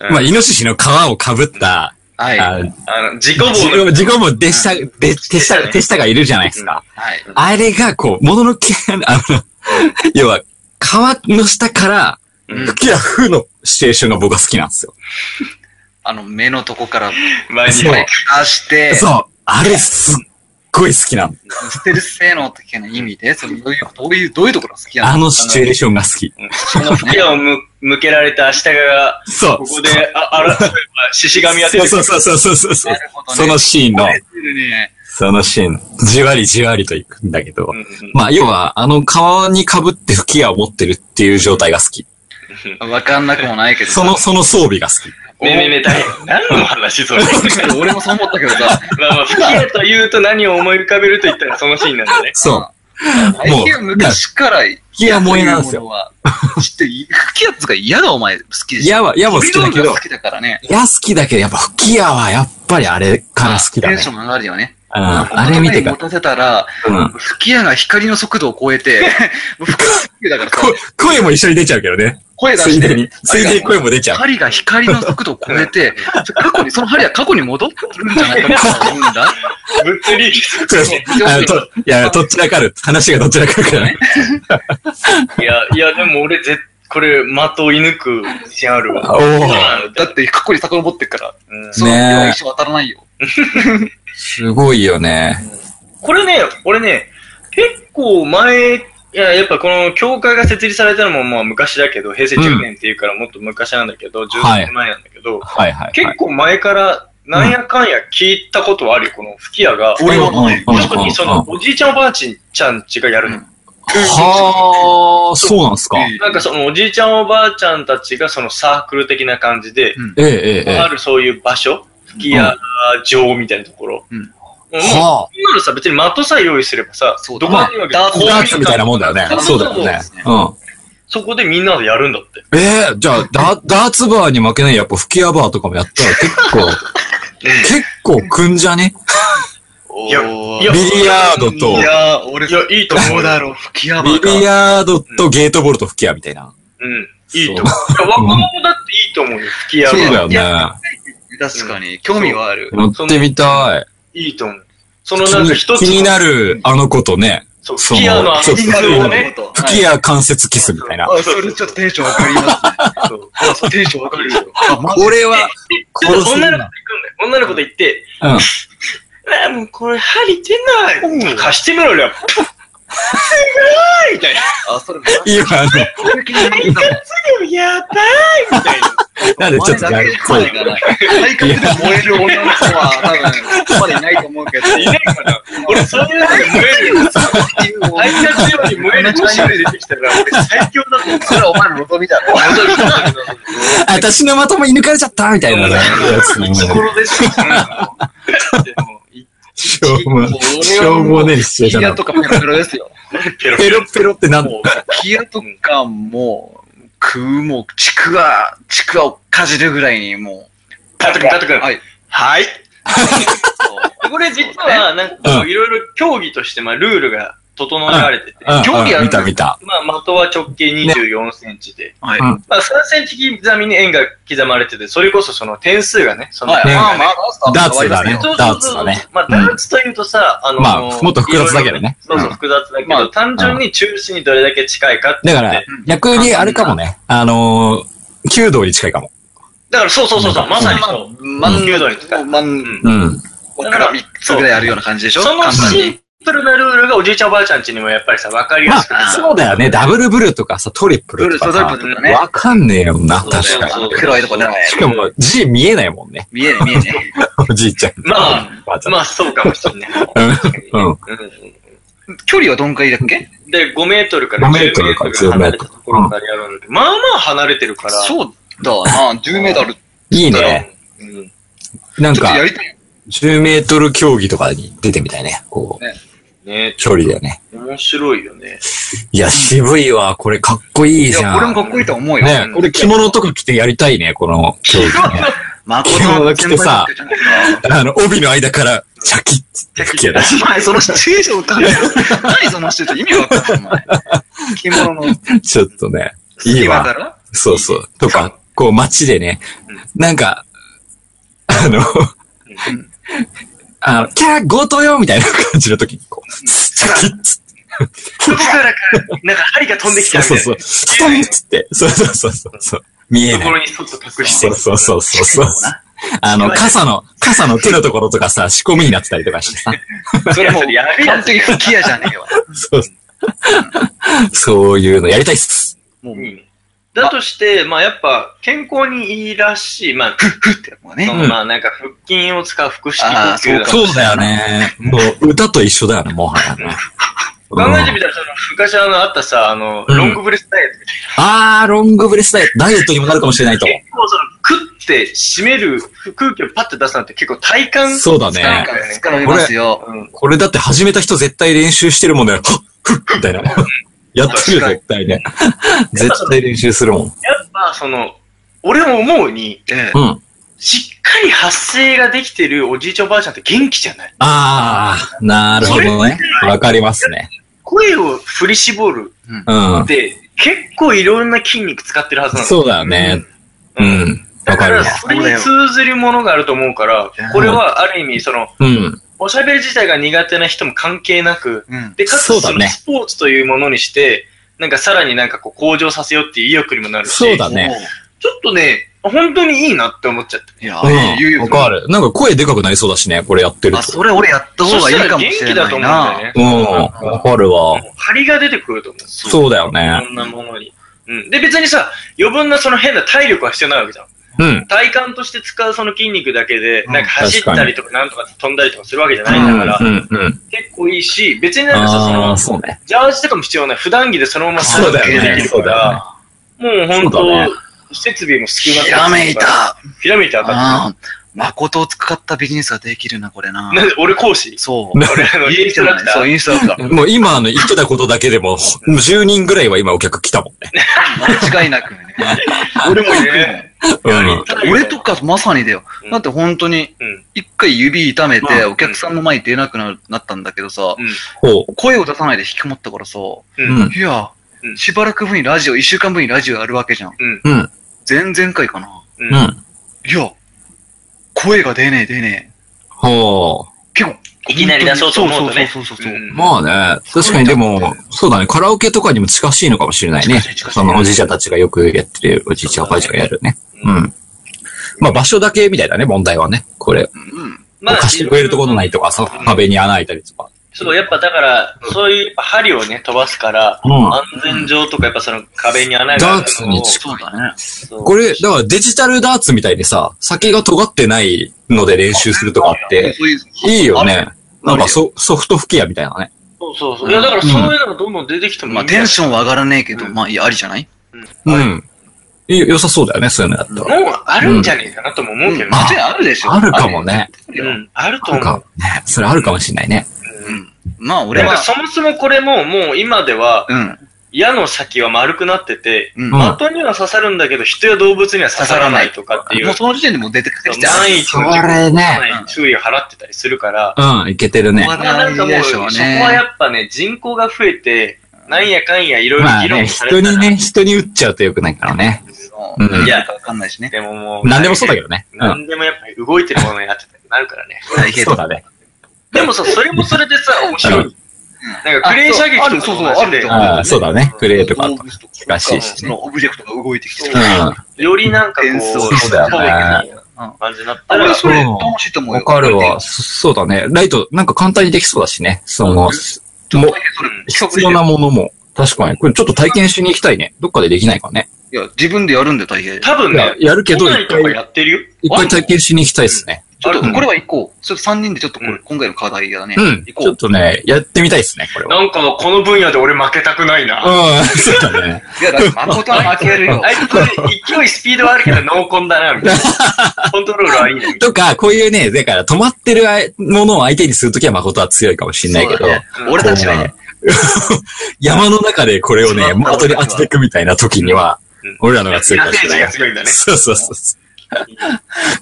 うん
まあ、イノシシの皮をかぶった、
はい。
あ
あの、自己防
自
の
分、自分も手下、で手下、手下がいるじゃないですか。
はい。
あれが、こう、もののけ、あの、 要は、皮の下から、
うん
吹き矢風のシチュエーションが僕は好きなんですよ。
あの、目のとこから、
前に
そう
入る
出して、
そう。あれ、すっごい好きなの。
捨てる性能的な意味で、それどういう、どういう、どういうところが好きなの
あのシチュエーションが好き。
吹き矢をむ向けられた足利が、
そう。
ここで、あ、あら、そういえば、獅子神やって
そうそうそうそうそうそう。
なるほどね
そのシーンの
慣、れてるね。
そのシーンの、じわりじわりと行くんだけど
う、んうん
まあ、要は、あの、皮に被って吹き矢を持ってるっていう状態が好き。
わかんなくもないけど。
その、その装備が好き。
ねえねえねえ、大変。何の 話それ。
俺もそう思ったけどさ、
まあまあ、吹き矢と言うと何を思い浮かべると言ったらそ のシーンなんだね。
そう。
最近は昔から、い
吹き矢萌えなんですよ。
よ。知って、吹き矢つが嫌だお前、好きでしょ。
矢は、矢も好きだけ
飛び道具が
ど
好、きだからね。
矢好きだけど、やっぱ吹き矢はやっぱりあれから好きだ
テ
ね
ン。ション上がるよね。
うん。あれ見てか
持たせたら、
ら。うん。
吹き矢が光の速度を超え て、もう吹き矢だからさ
こ、声も一緒に出ちゃうけどね。
声出
つい
し
で
て、
に。ついでに声も出ちゃう。
針が光の速度を超えて、過去に、その針は過去に戻るんじゃないか と思うんだ。
物理
そうですあのと、いや、どっちらかる。話がどっちらかるからね。
いや、いや、でも俺、ぜ、これ、的を射抜く自信ある
お
わ。
お
だって過去に遡ってっから、
うん
その病院一生当たらないよ。
すごいよね。
これね、俺ね、結構前、いや、やっぱこの教会が設立されたのもまあ昔だけど、平成10年っていうからもっと昔なんだけど、10年前なんだけど、
はいはい。
結構前から、なんやかんや聞いたことはあるよ、この吹き矢が。
俺は
うんうんうん
特にその、おじいちゃんおばあちんちがやるの。
はあ、そうなんですか。
なんかその、おじいちゃんおばあちゃんたちがそのサークル的な感じで、
えええええ
あるそういう場所、吹き矢場みたいなところ。
うん
も
え。は
うそんなのさ、別に的さえ用意すればさ、
そう
どこでもいいわけ
まあ
あ。ダーツみたいなもんだよね。そうだよね。う
そこでみんなでやるんだって。
ん。ええじゃあ、ダダーツバーに負けないやっぱ吹き矢バーとかもやったら結構、結構くんじゃね
いや、いや、
ビリヤードと
い、や、俺、
俺
いや、いいと思う。
ろう、吹き矢
ビリヤードとゲートボールと吹き矢みたいな。
うん、いいと思う。いや若者だっていいと思うよ、吹き矢
そう
は。
だよね。
確かに、興味はある。
乗ってみたい。
いいと思う。そのなんか一つ
気に
の、
なるあの子とね、
そう、吹き矢のあの
そう
傷をね、
と
吹き矢関節キスみたいな。
あ、それちょっとテンション上がりますね。
そうあそうテンションわかるよ。
俺は、
ちょっと
殺すん
女の子と行くんだ
だ
よ。女の子と行って、
うん。
あ、もうこれ針出ない。貸してみろよ。すごいみたいな。
あ、それ、
今あの、
やばいみたいな。
なんでちょっとやるそう
声がない。体格で燃える女の子は、多分、ここまでいないと思うけど、
いないかな俺、そういうのに燃えるよ。あいつが強いに燃える女子が出てきたら、俺最強だと思う。
それはお前の望みだろ。
私のまともに抜かれちゃったみたいなね。やつね
心でしょ。
しょうも、しょうもねえシチュエーション
キ
だ
アとかペロペロですよ。
ペロ
ペロペロってなんだ
もう
キアとかもう、食うもう、ちくわ、ちくわをかじるぐらいにも
タト君、タト
う、
君。
はい。
はい。これ実は、なんかこう、いろいろ競技として、まあ、ルールが整えられてて、
うん
興味ある
うん見た見た。
まあ、的は直径24センチで、
はい。
うん
まあ、3センチ刻みに円が刻まれてて、それこそその点数がね、その、
はい。
ね
まあまあ、
ダーツだね
そう
ダ
そ
ー
う
ツ
そ
だ
う。
ね
まあ、ダーツというとさ、あの、
まあもっと複雑だけどね
いろいろそうそうう、
ん
複雑だけ
ま
ど、
あ
単純に中心にどれだけ近いかって
だ
いう
か
ので
ら、逆にあれかもね。あのー、弓道に近いかも。
だからそうそうそうそう、まさにそう。
まあ、真ん
弓道
中
に近い
真ん
うん。
中から3つぐらいあるような感じでしょ
その
簡単
シン
に。
プルなルールがおじいちゃんおばあちゃんちにもやっぱりさ、わかり
ま
やすく
あ、そうだよね。ダブルブルとかさ、トリプルと
ブ
か
ル
さ
トリプルとかね、
わかんねえよな、
そうだよ
確か
そう
に。
黒いとこだね。
しかも、字見えないもんね。
見えねえ、見えねえ。
おじいちゃん。
まあ、
おばあちゃん
まあそうかもしれない。
うん。うん。
う
距離はどんくらいだっけ
んで、5メートルから
5メートルから10
離れたところからやるんで、まあまあ離れてるから。
そうだな、10メートル。ち
いい
うん
ね。
うん
なん
ょっと
か、
やりたい。
10メートル競技とかに出てみたいね。こう、
ね
距離だよね。
面白いよね。
いや、渋いわ。これかっこいい
い
じゃ
や、
ん。
俺もかっこいいと思うよ。
ね、これ着物とか着てやりたいね、この競 技ね。
誠
着物着てさあの、帯の間から、シャキッって吹き出し。
お前、そのシチュエーション歌うよ。何そのシチュエーション意味わかんない、お前。着物の
ちょっとね、いい
隙間
わ。
から
そうそう。とか、こう街でね、なんか、あの、あの、キャー強盗よみたいな感じの時に、こう、シャキッつって、
そこからか、なんか針が飛んできた
そう
みた
そ
いう
そう、
な。
ストンっつって、そうそうそうそう、そう見え
とこ
ない。
ろにそっと隠して。
そうそうそうそうそう。あの、傘の、傘の手のところとかさ、仕込みになってたりとかしてさ。
それもう
いやそれやべえや
完
つ
璧吹き矢じゃねえわ。
そう。そういうのやりたいっす。
もう、
いいねだとして、まあやっぱ健康にいいらしい、まあ、
ふってもうね
そ。のまあなんか腹筋を使う腹式呼
あーそう
吸だ
か
考
そうだよね。もう、歌と一緒だよね、もはやね。
えてみたら、その昔あのあったさ、あの、
うん
ロングブレスダイエットみたい
あー、ロングブレスダイエット、ダイエットにもなるかもしれないと
な。。結構その、食って締める空気をパッて出すなんて結構体幹
そうだ
使う
ね
か。らね。
疲れますよ。
うん。
これだって始めた人絶対練習してるもんだよ。はっふっみたいな。やってるよ、絶対ね。 絶対練習するもん。
やっぱその、俺も思うに、
ええ
うん。
しっかり発声ができてるおじいちゃんおばあちゃんって元気じゃない
あー、なるほどね。わかりますね。
声を振り絞る
うん
っ。て、結構いろんな筋肉使ってるはずなの。
そうだよね。うん。わ
だ
か
か
る
ら、
わ。
それに通ずるものがあると思うから
うん、
これはある意味、その、
うん。
おしゃべり自体が苦手な人も関係なく、
うん。
で、か
そ
つ、
うだ
そ
ね
のスポーツというものにして、なんかさらになんかこう向上させようっていう意欲にもなるし、
そうだね。
ちょっとね、本当にいいなって思っちゃった。
いや、言う
うん。
よ
わ。かる。なんか声でかくなりそうだしね、これやってる
あ、
と。
それ俺やった方がいいかもしれ
そ
ない
したら
な。
元気だと
うん。
思うんだよね。
わかるわ。
張りが出てくると思う。
そうだよ
い
ね。
ろんなものに。うん。で、別にさ、余分なその変な体力は必要ないわけじゃん。
うん。
体幹として使うその筋肉だけで、
うん
なんか走ったりとかなんとか飛んだりとかするわけじゃないんだから、
うん。うん。
結構いいし、別になんかさ、そ
あ
の
ー、、そうね。
ジャージとかも必要ない。普段着でそのまま
そうだよね。
できるか
そうだよね
ら、。もう本
そうだ
当
ね、
設備も少なく
ひらめいた。
ひらめいたかっ
ああ、誠を使ったビジネスができるな、これな
た。。なんで俺講師
そう。
ね
俺あの、インストラクタ
そう、
ー。
インストラ クター。
もう今あの言ってたことだけでも、10人ぐらいは今お客来たもんね。
間違いなくね。俺も行くも
うん。
ん。俺とかまさにだよ。だって本当に
うん、
一回指痛めて、
う
お客さんの前に出なくなるなったんだけどさ、
ほう。
声を出さないで引きこもったからさ、
う。
うんん。
いや
う、ん
しばらくぶりにラジオ、一週間ぶりにラジオやるわけじゃん。
うん。
前々回かな。
う。
うんん。
いや、声が出ねえ出ね
ほ
え。結構、
いきなり出そうと思うとね
そうそうそうそうそう。
うん
う。まあね、確かにでも、そうだね、カラオケとかにも近しいのかもしれないね
近しい近。しい
そのおじいちゃんたちがよくやってるおじいちゃんおばあちゃんがやるね。
う
うんん。まあ場所だけみたいだね、問題はね。これ。
うん。
貸してくれるところないとか、さ、壁に穴開いたりとか。
そう、やっぱだから、そういうやっぱ針をね、飛ばすから、
うん。
安全上とかやっぱその壁に穴が
ダーツに近
そうだね。
そう
これ、だからデジタルダーツみたいにさ、先が尖ってないので練習するとかって、
そういう
いいよね。
あ
なんかソソフト吹き矢みたいなね。
そうそうそう。いや、だからそういうのがどんどん出てきてもい
まあ、
いんじゃ
テ
ない
ンションは上がらねえけど、
うん
まあ、いや、ありじゃない
うん。い良さそうだよね、そういうのやったら。
もうあるんじゃねえかなとも思うけどね。
全然あるでしょ。
あるかもね。
うん、あると
なん
思
か
う。、
ね、それあるかもしれないね。
う
うんん。まあ、俺
なんか
は、
そもそもこれももう今では
うん。
矢の先は丸くなってて、
うん。
うん
も
的には刺さるんだけど人や動物には刺さらないとかっていう
う、その時点でもう出てきてきて、
毎日
そ
の
れね。
注意を払ってたりするから、
うん、いけてるね。
ま
まあなんかもう、そこはやっぱね、人口が増えて、なんやかんやいろいろ
まあ
議論
ね、
されて
人
る。
にね、人に打っちゃうと良くないからね。うん
いや、わかんないしね。
でももう、
何でもそうだけどね。うん。
何でもやっぱり動いてるものになってたりなるからね。
大変
そうだね。
でもさ、それもそれでさ、面白い。なんかクレーン射撃
あそうある
と
そうそ
か
う
も同じで
ある
ああ、そうだね。クレーとか
動
と。
物と
らしいし
そ
ね。
のオブジェクトが動いてきて
そう
る。
う
よりなんかこ
演奏
う、
そうだよね
感じになった
あ
ら
れ、、それ、楽しいと思
ん。
うよ。
わかるわ。そそうだね。ライト、なんか簡単にできそうだしね。その、も
もう、
必要なものも。確かに。これちょっと体験しに行きたいね。どっかでできないかね。
いや、自分でやるんで大変。ち
多分
いや
ね、、
やるけど、
都
一
内と
回、
かやってるよ。
一回体験しに行きたいですね。
ょっと
ある
これは行こう。ちょっと3人でちょっとこれ、
うん
今回の課題だね。
う
行
ん。ちょ
こ
っ
と
ね、やってみたいですね、これは。
なんかもうこの分野で俺負けたくないな。
うん、そうだね。
う。いや、だって誠は負けるよ。
あいつ、勢いスピードはあるけどノーコンだな、みたいな。コントロールはいいね、みたい
とか、こういうね、だから止まってるあいものを相手にするときは誠は強いかもしれないけど、
そうだね
な。
俺たちは
こうね山の中でこれをね、
そう
的に当てていくみたいなときには
うん、
俺らの
う
方
ん
が強いかもしれない
野生児が。強いんだね。
そうそうそうそう。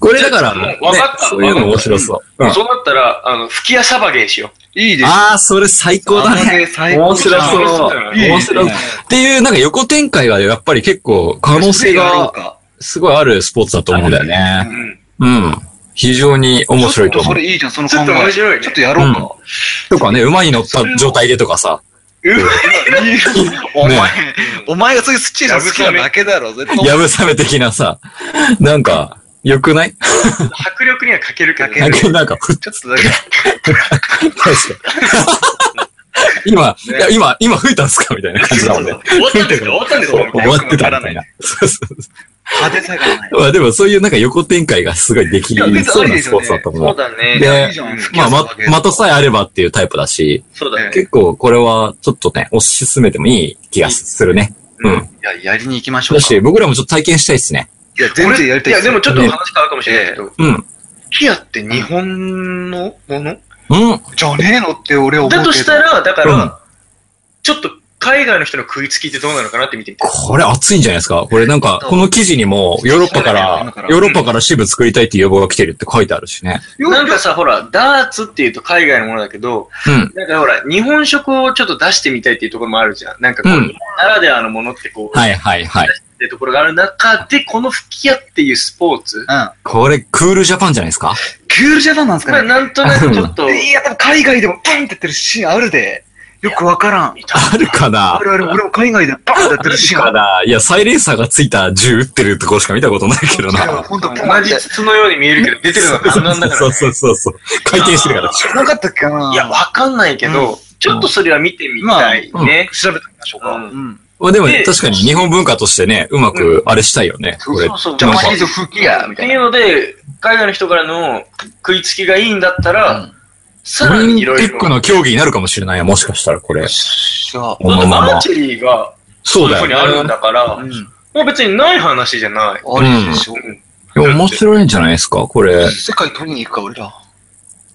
これだから、ね
もう分かった
そういうの面白そう。うん
そうなったら、あの、吹き矢サバゲーしよ
いいですよ。
ああ、それ最高だね。
最
面
高
白
じゃん
そう。
いい
面白い。っていう、なんか横展開がやっぱり結構可能性がすごいあるスポーツだと思うんだよ
う。う
ね。
ん。
うん。非常に面白い
ちょ
と
っと
思。
そうれいいじゃん、その
ち
考
ょっと面
え。ち
白い
ょ
ね
っ。とやろうか。
とかね、馬に乗った状態でとかさ。
お前
ね、
お前がそういうスチール好きなだけだろ、絶対。
やぶさめ的なさ、なんか、よくない
迫力には欠けるけど
なんか、なんか、
ちょっとだけ。
確か に今、いや、今、今吹いたんすかみたいな感じだもんね。
終わったんですか終わったんですか
終わってたみたいな。そうそうそう
派手さがない。
まあでもそういうなんか横展開がすごいでき
いや別に
そう
あり
な
です
スポー
よね
ツだと思
そう
う。
だね。
で
いいじゃん
まあ、ま、的さえあればっていうタイプだし、
そうだね。
結構これはちょっとね、推し進めてもいい気がするね。うん。
いや、やりに行きましょう
だ
か。
し、僕らもちょっと体験したいですね。
いや、全然やりたい
い
っす
や、で
よ
もちょっと話変わるかもしれないけど、
うん。
キアって日本のもの
うん。
じゃねえのって俺思うけど。
だとしたら、だか
うん
ら、ちょっと海外の人の食いつきってどうなのかなって見てみて。
これ熱いんじゃないですかこれなんか、この記事にも、ヨーロッパから、ヨーロッパから支部作りたいっていう要望が来てるって書いてあるしね。
なんかさ、ほら、ダーツっていうと海外のものだけど、
うん。
なんかほら、日本食をちょっと出してみたいっていうところもあるじゃん。なんかこう、
うん
日本ならではのものってこう、
はいはいはい。
っていうところがある中で、この吹き矢っていうスポーツ、
これ、クールジャパンじゃないですか
クールジャパンなんです
ま
か
あ
ね。
なんとなくちょっ と、
いや、多分海外でもパンってやってるシーンあるで。よくわからん。
あるかな
あるある、俺も海外でパンってやってるシーンあ
か
る。
な。いや、サイレンサーがついた銃撃ってるとこしか見たことないけど
いや
な。
ほんとパン
同
っ
じ
て。
筒のように見えるけど、出てるのは
そ
弾
う
なんだから、ね。
そうそうそうそう。回転してるから。
なかったっけない
や、わかんないけど、ちょっとそれは見てみたいね。
調べてみましょうか。
うん
ん。
まあでも
で
確かに日本文化としてね、うまくあれしたいよね。これ。
そうそう
ジ
そう。
ャ
ま
パ
あ
ニーズ吹きや、み
っ
た
て
い
い
な。
うので、海外の人からの食いつきがいいんだったら、
うん
さ
オ
ら
リン
にい
ピ
ろい
ッ
ろ。
クの競技になるかもしれないよ、もしかしたらこれ。
じゃあ、
このま
ア
ま
ー。チェリーが
そう
いう
だ
ふうにある
よ
ん
ね。
だから、
うん。
もう別にない話じゃない。
ありでしょ。
いや面白いんじゃないですか、これ。
世界取りに行くか、俺ら。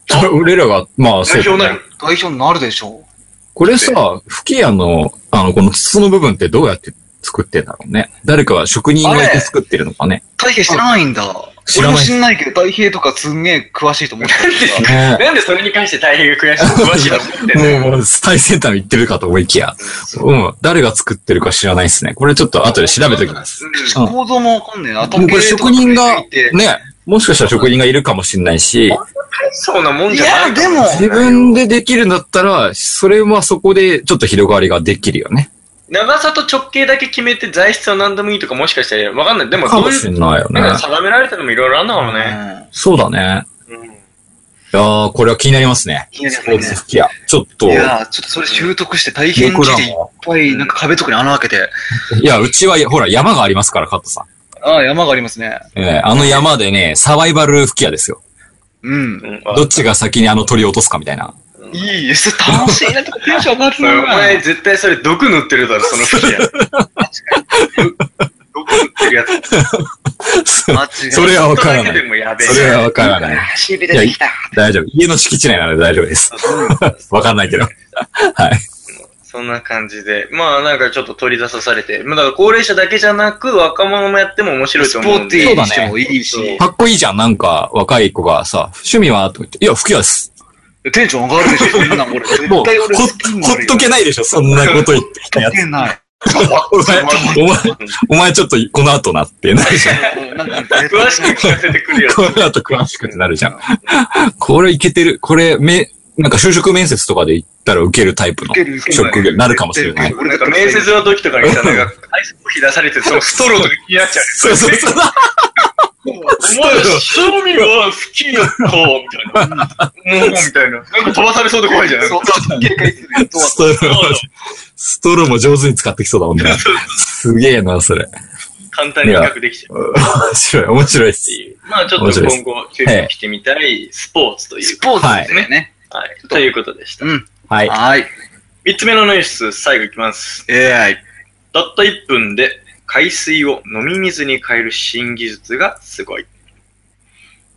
それ 俺らが、まあそ
代
うだ
表
ね、
ない。
代表になるでしょ。
これさ、吹き矢の、あの、この筒の部分ってどうやって作ってんだろうね。誰かは職人がいて作ってるのかね。
大平知らないんだ。
知
俺
ら
も
ない
知んないけど、大平とかすんげえ詳しいと思ってたけどさ
ね
なんでそれに関して大変が悔しい、詳しいと思ってんの
もう、もう最先端行ってるかと思いきや。うん。誰が作ってるか知らないですね。これちょっと後で調べておきます。うん
構造もわかんねえな。
もうこれ職人が、
時計
ね
とかね、
もしかしたら職人がいるかもしれないし、
そうなもん
い
じ
や、
ゃない。
でも、
自分でできるんだったら、それはそこでちょっと広がりができるよね。
長さと直径だけ決めて材質は何でもいいとかもしかしたらわかんない。でも
か
ど
も
う
し
い
れ
う、
ないよね
なん。か定められたのもいろいろあんだろうね。
そうだね。
うん
いやー、これは気になりますね。
気になり
ス
ますね
ポーツ吹き矢。ちょっ
う
と、
んい
い
や、ちょっとそれ習得して大変にしていっぱい、なんか壁とかに穴開けて。
や、うちは、ほら、山がありますから、カットさん。
ああ、山がありますね。
えーあの山でね、サバイバル吹き矢ですよ。
うん。
うん。
どっちが先にあの鳥を落とすかみたいな。
いいです。楽しいなとかテンション上がる
それお
な。
前絶対それ毒塗ってるだろ、 その吹き矢。確かに。毒塗ってるやつ。
間違い
それはわからな
ちょっとだけ
い。
でもやべえ。
それはわからない。
足指出てきた。
大丈夫。家の敷地内なので大丈夫です。わかんないけど。はい。
そんな感じで。まあなんかちょっと取り出さされて。まあだから高齢者だけじゃなく若者もやっても面白い
ス
と
ポ
思うん
ー
で。
ティーにしてもいい
そうだ
し
ね。
かっこいいじゃん。なんか、若い子がさ、趣味はとか言って、いや、吹き矢です。
テンション上がるでしょ。そんなん俺、
もう、
絶対俺
ほ
好
っ
きにな
ほ
る
っ
よ。
とけないでしょ。そんなこと言ってきたや
ほっ
つ
と。けない。
お前、お前、お前ちょっとこの後なってなるじゃん。
なんか絶対
詳しく聞かせてくるよ。
この後詳しくってなるじゃん。これいけてる。これ、め、なんか就職面接とかで行ったら受けるタイプの
受ける受ける
職業になるかもしれない。
なんか面接の時とかにさ、なんか、アイスコーヒー出さ れて、そのストローとか気になっちゃう。
そうそうそう。
お前、趣味は好きやったみたいな。もう、みたいな。なんか飛ばされそうで怖いじゃない
そう、警戒するよ。
ストロー、ストローも上手に使ってきそうだもんね。すげえな、それ。
簡単に比較できちゃう。
面白い、面白いっす。
まあちょっと今後、注目してみたいスポーツという。
スポーツですね。ね
はい。ということでした。
はい。
はい。
三つ目のニュース、最後いきます。
AI。
たった1分で海水を飲み水に変える新技術がすごい。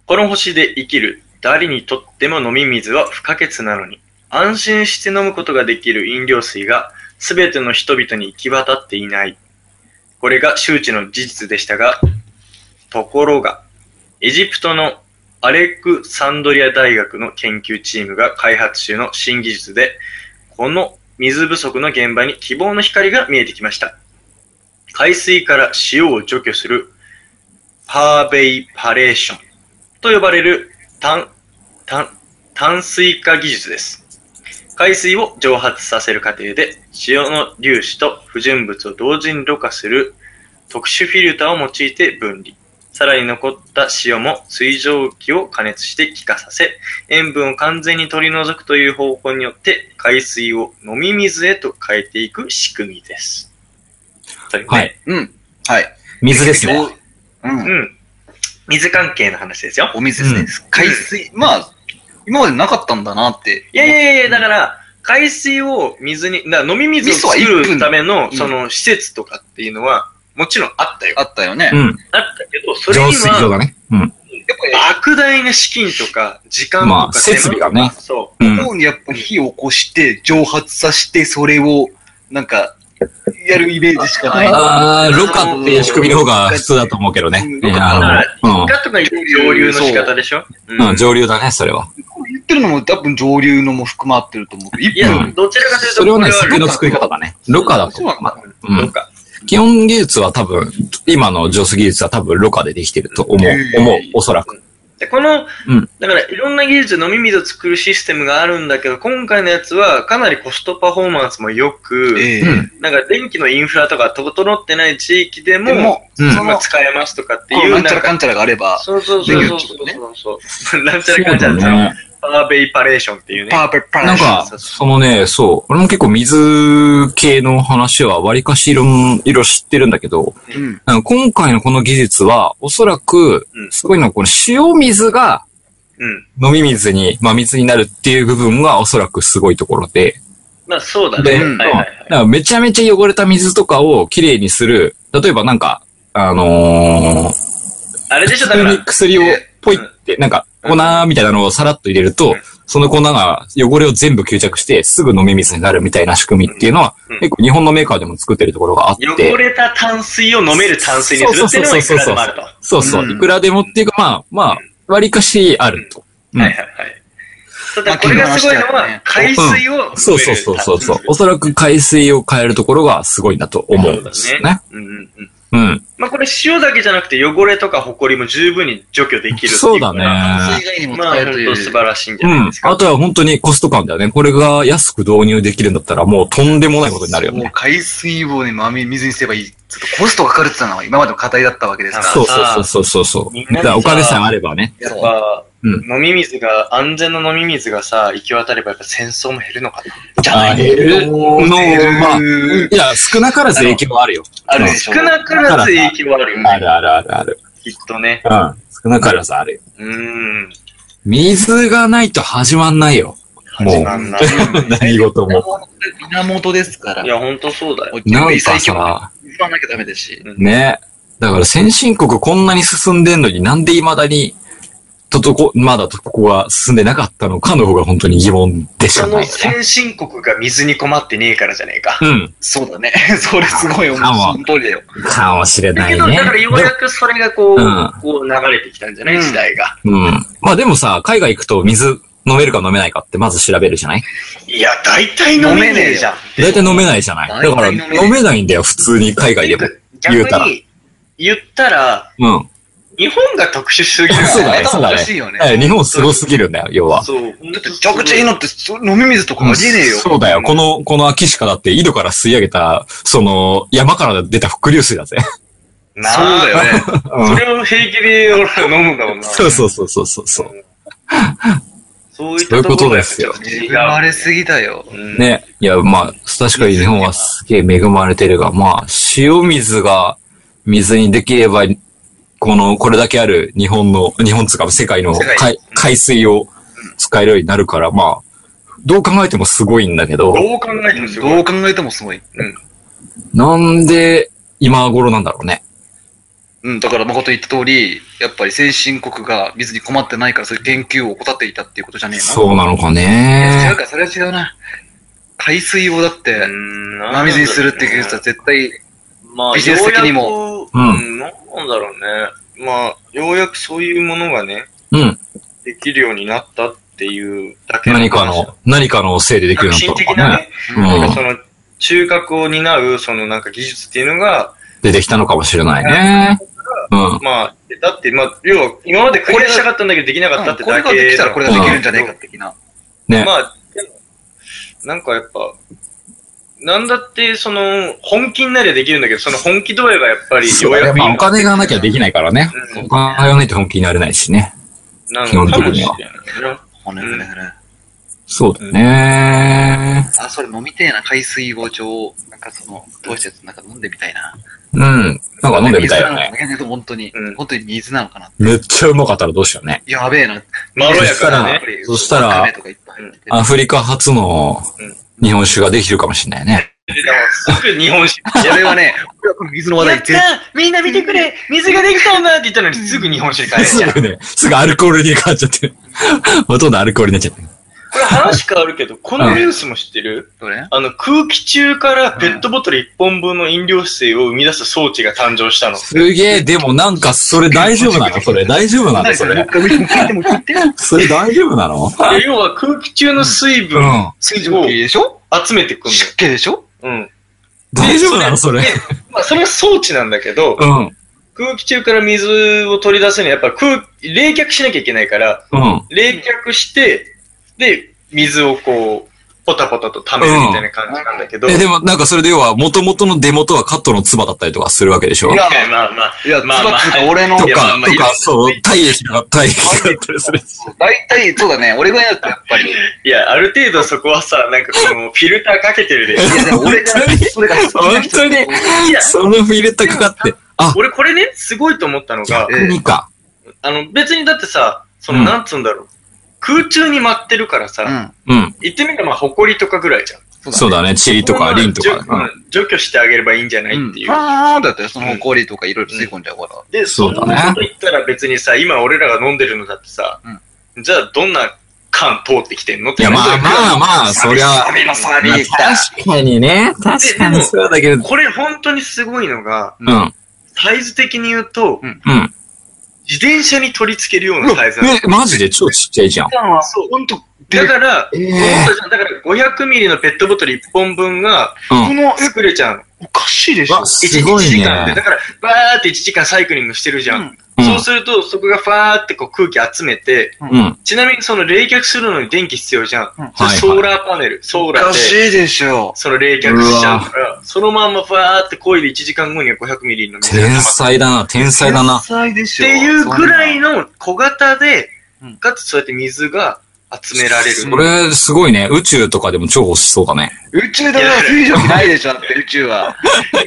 この星で生きる誰にとっても飲み水は不可欠なのに、安心して飲むことができる飲料水が全ての人々に行き渡っていない。これが周知の事実でしたが、ところが、エジプトのアレクサンドリア大学の研究チームが開発中の新技術で、この水不足の現場に希望の光が見えてきました。海水から塩を除去するパーベイパレーションと呼ばれる炭炭炭水化技術です。海水を蒸発させる過程で塩の粒子と不純物を同時にろ過する特殊フィルターを用いて分離。さらに残った塩も水蒸気を加熱して気化させ、塩分を完全に取り除くという方法によって、海水を飲み水へと変えていく仕組みです。というね
はい。
うん。はい。
水ですね。
う。
うんん。水関係の話ですよ。
お水ですね。
うん
海水、まあ、今までなかったんだなって。
いやいやいや、だから、海水を水に、だから飲み水を作
味噌は一
る
分
ための、
うん
その施設とかっていうのは、もちろんあったよ。
あったよね。
うん。
あったけど、それに
浄水場が
は、
ね。うん。
やっぱり
莫大な資金とか、時間とか、
まあ設備がね
そう
向
ん。
こうにやっぱ火を起こして、蒸発させて、それを、なんか、やるイメージしかない。
あー、ろ過っていう仕組みの方が普通だと思うけどね。
うん
あの
う。かとかいう上流の仕方でしょ
うん。うん、上流だね、それは。
言ってるのも多分上流のも含まってると思う。
い
一
や、
うん
どちらかというと、
それはね、
こ
酒の作り方だね。ろ過だと
そうなんだ。
う。
どうんか。
基本技術は多分、今の上手技術は多分、ろ過でできてると思う
う。ん
思う。おそらく。
で、この
うん、
だからいろんな技術で飲み水を作るシステムがあるんだけど、今回のやつはかなりコストパフォーマンスも良く、
ええ
うん。
なんか電気のインフラとか整ってない地域で
で
も、
も、
うん
そ
今
の、
使えますとかって
こ
いうう、
なんちゃらか
か、
んちゃらがあれば、
そうそうそうそうそうそう。なんちゃらかんちゃ
そ
ら
う
その
だね。
パワーベイパレーションっていう
パ
ね。
ーペパ
な
ラ
ん
シュ
か、そのね、そう。俺も結構水系の話は割かしいろん、いろいろ知ってるんだけど、
うん。
あの今回のこの技術は、おそらく
う、ん
すごいのは、この塩水が
うん。
飲み水に、まあ水になるっていう部分はおそらくすごいところで、
まあそうだ
で、
ね。
うん
はいはいはい
だからめちゃめちゃ汚れた水とかをきれいにする。例えばなんか、あのー、
あれでしょ、だか
普通に薬
ら、
をポイって、なんか粉みたいなのをさらっと入れると、その粉が汚れを全部吸着してすぐ飲み水になるみたいな仕組みっていうのは
うん、
結構日本のメーカーでも作ってるところがあって。
汚れた淡水を飲める淡水にするっていうのはいくらでもあると。は
そうそうう、
ん
いくらでもっていうか、まあ、まあ、割かしあると。
いはいはい。ただこれがすごいのは、海水を飲める。
そうそうそうそうそう。お
そ
そらく海水を変えるところがすごいんだと思うんです
う
よ
だ
ね
ね。。うんうんうん。
うん。
まあこれ塩だけじゃなくて汚れとか埃も十分に除去できるっていう
そうだ
から
それ以外に
ね。
も
まあ
使えると
本
いう。
当素晴らしいんじ
う
ゃない
ん
です。か。
あとは本当にコスト感だよね。これが安く導入できるんだったらもうとんでもないことになるよ
もう
ね。
海水をね、まみ水にすればいい。ちょっとコストがかかるって言ったのは今までの課題だったわけですから。
そうそうそうそうそう。
みんな
だ
にさ
からお金さえあればね。
やっぱ、
うん
飲み水が、安全の飲み水がさ、行き渡ればやっぱ戦争も減るのかな。
じゃ
あ
な
あ、
い
減るの
の
まあ、いや、少なからず影響はあるよ。
あるでし
少
ょ。
なからず影響はあるよ
あ
ね。
るあるあるある。
きっとね。
うん。少なからずあるよ。
うーん。
水がないと始まんないよ。もう。
なんだ。
何事も。
源ですから
い。や、ほんとそうだよ。
なん
最
か
強は
さ、
言わなきゃダメだし。
ね。だから先進国こんなに進んでんのになんで未だに、ととこ、まだとここが進んでなかったのかの方が本当に疑問でし
そ
かな
の
いよね。
先進国が水に困ってねえからじゃねえか。
うん。
そうだね。 それすごい思う。
あもう
その通りだよ。
かもしれ
だ
な
け
い
ど、
ね。
だからようやくそれがこう、
うん
こう流れてきたんじゃな
う
い
ん
時代が。
うん。まあでもさ、海外行くと水飲めるか飲めないかってまず調べるじゃない
いや、大体飲めねえじゃん。
だいたい飲めないじゃないだから
大体飲めない
飲めないんだよ、普通に海外でも。言うた
逆
ら
に、言ったら、
うん。
日本が特殊すぎる。
そうだねそう
頭
だね
おかしいよね。
え日本すごすぎるんだよ、要は。
そう。
だって、ちゃくちゃいいのって、そ飲み水とかありえねえよ。
そうだよ。この、この秋しかだって井戸から吸い上げた、その、山から出た伏流水だぜ。
な
そう
あ
だよね。
うん
それを平気で俺ら飲むんだもんな。
そうそうそうそうそうそう。
そういったところがやっぱちょっと違
自
う
分はあれすぎだよ。
うん
ね。いや、まあ、確かに日本はすげえ恵まれてるが、まあ、塩水が水にできれば、この、これだけある日本の、日本つうか世界の
世界
海海水を使えるようになるから、まあ、どう考えてもすごいんだけど、
どう考えてもすご
ど。
いう
考えてもすごい。
なんで今頃なんだろうね。
うん、だから誠言った通り、やっぱり先進国が水に困ってないから、そういう研究を怠っていたっていうことじゃねえな。
そうなのか
いや違う
ね。
か、それは違うな。海水をだって、
うん
真水にするって技術は、絶対、
まあ、
ビジネス的に
も。う
うん
ん。なんだろうね。まあ、ようやくそういうものがね、
うん。
できるようになったっていうだけ
何かの、何かのせいでできる
革
ようにな
新
った
的
のかね。
なね、
うん
なんかその、中核を担う、そのなんか技術っていうのが、
出てきたのかもしれないね。うん。
まあ、だって、まあ、要は、今までクリアしたかったんだけどできなかったって
これ
だけだ
ができたらこれができるんじゃねえか、的な。
ね。
まあ、でも、なんかやっぱ、なんだって、その、本気になりゃできるんだけど、その本気度合いがやっぱり、
そ
よ
う
う
だね。
やく
まあ、お金がなきゃできないからね。
うん
お金がないと本気になれないしね。
な
基本
の
的
かもし
に
れ
は
ない。
ほねほねほね。
そうだね。
あ、それ飲みてえな、海水包丁。なんかその、どうしてなんか飲んでみたいな。
うん。なんか飲んでみたいよ
水な
ね。
のかな本当に、
うん
本当に水なのかな。
めっちゃうまかったらどうしようね。
やべえな。
まろや
そした
からなね。
そしたら
わかめとかいっぱい入ってて
アフリカ初の日本酒ができるかもしれないね。
でもすぐ日 本酒。
それはね、水の話
や
題
っ
全然
たみんな見てくれ水ができたんだって言ったのにすぐ日本酒に変え る
す
じゃん。こ
ぐね、すぐアルコールに変わっちゃって る。ほとんどアルコールになっちゃってる。
れ話変わるけど、このニュースも知ってる
どれ
あの、空気中からペットボトル1本分の飲料水を生み出す装置が誕生したの。
すげえ、でもなんかそれ大丈夫なのそれ大丈夫なのそれ。それ大丈夫なの
で 要は空気中の水
う
分
ん。
水蒸気でしょ
集めてくん
湿気でしょ
のよ。うん。
大丈夫なのそれ
で。まあ、それは装置なんだけど、
うん。
空気中から水を取り出すにはやっぱ空、冷却しなきゃいけないから、
うん。
冷却して、で、水をこう、ポタポタと溜めるみたいな感じなんだけど。
え、でもなんかそれで要は元々の出元はカットの唾だったりとかするわけでしょ
いや、まあまあ。
いや、
まあまあ
つまり俺の
と、
いやまあ
か、
まあ
と
いろい
か
ろ、
そう、体液が、体液があったりする。
大体、そうだね、俺ぐらいだとやっぱり。い
いや、ある程度そこはさ、なんかこの、フィルターかけてるで。
や、でも俺が、それが好きな
本
人
当に、そのフィルターかかって、あ、
俺これね、すごいと思ったのが、
逆にか。
あの、別にだってさ、そうの、
ん
なんつうんだろう。空中に舞ってるからさ、
うん。
うん。
言ってみれば、まあ、埃とかぐらいじゃん。
そうだね、チリとかリンと
それはまあ
か。
除除去してあげればいいんじゃないっていう。
ああ、だってその氷とかいろいろ吸い込んじゃうから。
で、
そうだね
そんなこと言ったら別にさ、今俺らが飲んでるのだってさ、じゃあどんな缶通ってきてんのっ
い
て
や、まあ
話だよ
まあまあ、そりゃ、
サビのサビ
まあ
来た。
確かにね、確かにそうだけど、
これ本当にすごいのが、
うん、うん。
サイズ的に言うと、
うん
自転車に取り付けるようなサイズなの。
え、マジで超ちっちゃいじゃん。
そう、本当だから、
え
本当だから500ミリのペットボトル1本分が
うん。
の、え、
作れちゃうの。
おかしいでしょ
わ、すご
1
い
時間で。
ね
だ。から、バーって1時間サイクリングしてるじゃん。
う
そうんすると、そこがファーってこう空気集めて、
うん。
ちなみにその冷却するのに電気必要じゃん。
うん
それソーラーパネル、ソー
お
ラ
か
ー
し
で、
いでしょ。
その冷却しちゃうから、そのまんまファーってこいで1時間後には500ミリの水が溜ま
天
ってっ
才だな、天才だな。
天才でしょ。
ていうぐらいの小型で
うん、
かつそうやって水が集められる。
これ、すごいね。宇宙とかでも超欲しそうだ ね。
宇宙だから水蒸気ないでしょ、だって宇宙は。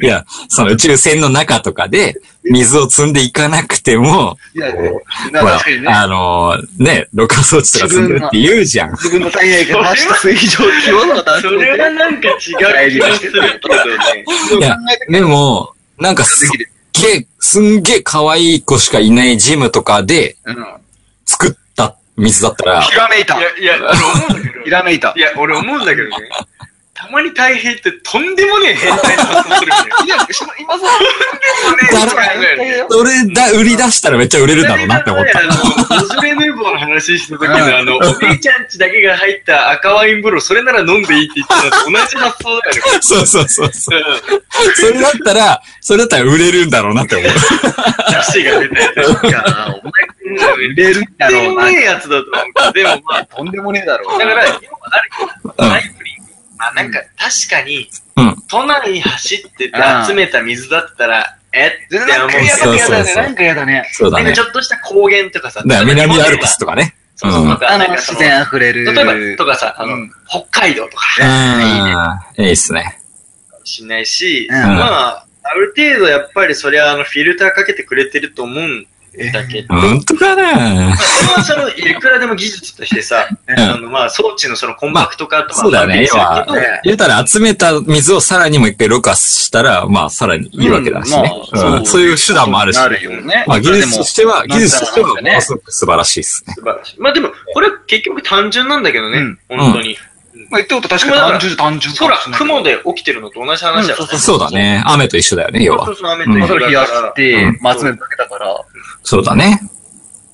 いや、その宇宙船の中とかで、水を積んでいかなくても、
いや、
ほら
確かに、ね。
あのー、ね、ろ過装置とか積んでるって言うじゃん。
自分の体内から出した水蒸気をまた
それはなんか違う気がするけどね。
いや、でも、なんかすっげえ、すんげえ可愛い子しかいないジムとかで
うん。
作った水だったら
ひ、らめいた。
いや、いや、俺思うんだけ
ひ
ど、
らめいた
い。や、俺思うんだけどね。たまに太平ってとんでもねえ変態な発想するよ ね。
いや、その今さ、
とんでもねえ変態だよね。
それだ、売り出したらめっちゃ売れるんだろうなって思 った。
た。ボジョレ・ヌーボーの話した時のあの、お姉ちゃんちだけが入った赤ワイン風呂、それなら飲んでいいって言ってたのと同じ発想だよね。
そうそうそうそう。
うん
それだったら、それだったら売れるんだろうなって思う。
出汁が出て。
いや、お前、売れるんだ
とん
ろ
で
う
も
な。
ねえやつだと思うけど。でもまあ、
とんでもねえだろう
だ
な。
から、要はある
うん
サイクリング。まあなんか、確かに
うん、
都内走って
う
て
ん
集めた水だったら、えって
全
思
然なんか嫌
う
そ
だ
う
嫌
そう
だ
そう
ね。なんか嫌だね。
そうだ
なん
ね。
かち
だ
ょっとした高原とかさ。
から南アルプスとかね。
そうそう
うん
なんか
あ
な
の
ん、かそ
自
の
然あふれる。
例えば、とかさ、あの
うん、
北海道とか。
うん。いいっすね。
しないし、
うん
まあ、ある程度やっぱりそれはあのフィルターかけてくれてると思うん
え
だけど、
本当かな
それはそのいくらでも技術としてさ、
うん
あのまあ装置のそのコンパクト化とか、
そうだね。要
まあ
は、言うたら集めた水をさらにもう一回ろ過したら、まあさらにいいわけだしね。
うんまあ
うんそういう手段もあるし。
なるよね。
まあ、技術としては、
でも
技術としては、
なんだろうね
ものすごく素晴らしいですね。
素晴らしいまあでも、これは結局単純なんだけどね、
うん
本当に。
まあ、言ってこと確かに単純単純
空、雲
で。
で起きてるのと同じ話だよね。
そうだ。ね。雨と一緒だよね、要
そうそ
は。
うそう、雨と一
そ
緒
れ
だ
冷
か
や
ら
し、て
うん、
まあ集めるだけだから。
そうだね。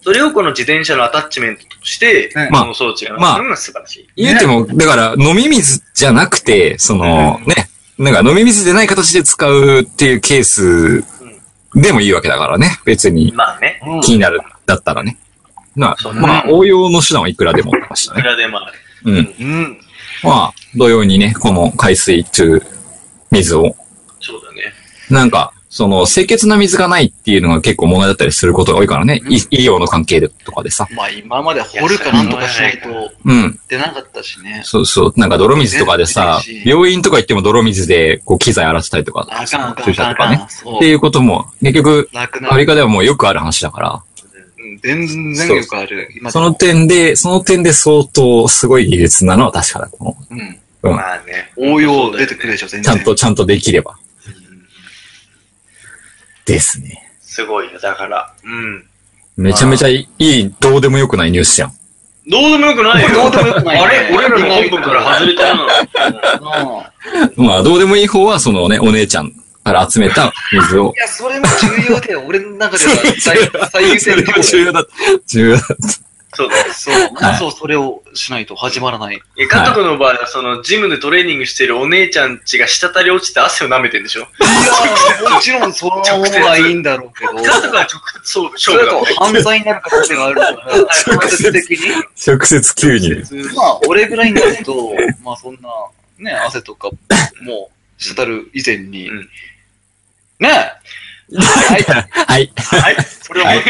それをこの自転車のアタッチメントとして、
ね
この装置が
まあ
あるのが素晴らしい。
言うても、だから、飲み水じゃなくて、その、ね、なんか飲み水でない形で使うっていうケースでもいいわけだからね。別に
まあね、
気になる、だったらね。まあ
そう、ね
まあ、応用の手段はいくらでもありまし
い
た
く
ね。
らでもある。
うん。
うん。
まあ、同様にね、この海水という水を、
そうだね。
なんか、その、清潔な水がないっていうのが結構問題だったりすることが多いからね。
うん
い医療の関係でとかでさ。
まあ今まで掘るかなんとかしないと
うん。
出なかったしね。
そうそう。なんか泥水とかでさ
全然出てる、し
病院とか行っても泥水で、こう、機材荒らしたりとか、
あかんあかん
注
あかんあ
射とかね。
かん。そ
っていうことも、結局、
う。なく
ア
な
メリ
る。
カではもうよくある話だから。
うん全然よくある。今で
そ
も
の点で、その点で相当すごい技術なのは確かだ。こ
うん。
のうん。
まあね。
応用出てくるでしょ、全
ちゃ
然。
んと、ちゃんとできれば。ですね。
すごいよ。だから。うん。
めちゃめちゃいい、いいどうでもよくないニュースじゃん。
どうでもよくないよ。
どうでもよくないね
あれ俺らの本文から外れたような。
まあ、どうでもいい方は、そのね、お姉ちゃんから集めた水を
い。や、それも重要だよ。俺の中では最 優
そ
先
れ
事
も
項
重要だ。重要だ。
そうだ。
そう、
はい
そう、それをしないと始まらない。
え、加藤君の場合は、その、ジムでトレーニングしてるお姉ちゃんちが滴り落ちて汗を舐めてんでしょ
いやもちろんその方がいいんだろうけど、
加藤君は直接そう、
そ
勝負
れ
だ
だ
もん
と
ね。
犯罪になる可能性があるから、直接的に。
直接吸入。
まあ、俺ぐらいになると、まあそんな、ね、汗とか、もう、滴る以前に、
うん
ねはい、
はい。
はい。それは
はい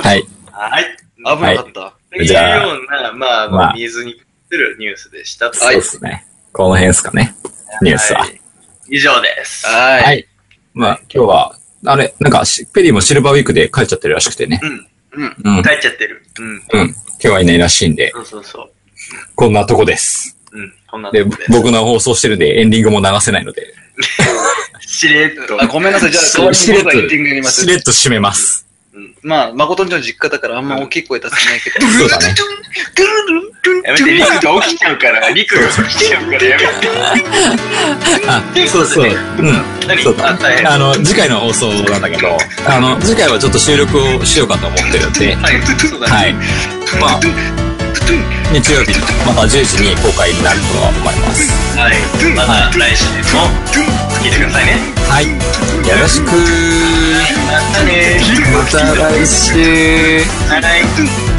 はい。
はい。
危なかった。
という
じゃあ
ような、まあ、
まあ
水に関するニュースでした。
そうですね。この辺ですかね。ニュースは。
い以上です。
はい。
はいまあ、今日は、あれ、なんかし、ペリーもシルバーウィークで帰っちゃってるらしくてね。
うん。うん。
うん。
帰っちゃってる。うん。
うん。今日はいないらしいんで、
そうそうそう。
こんなとこです。
うん。こんなと
で、
こ
ぼ
です。
僕の放送してるんで、エンディングも流せないので、
しれっと。
あごめんなさい、じゃあ、代わりに僕がエンディングやります
し。れっと締めます。
まあ、誠んちの実家だからあんま大きい声出せないけど。
そうだね。
やめて、リクが起きちゃうから、リクが起きちゃうからやめて。
あ、そうそう。うん。
何
そうだ
あ大。変
あの、次回の放送なんだけど、あの、次回はちょっと収録をしようかと思ってるんで、
はい、そうだね。
はい。まあ、日曜日、また10時に公開になるとは思います。
はい。また来週も聞いてくださいね。
はい。よろしく
またね。
また来週
はい。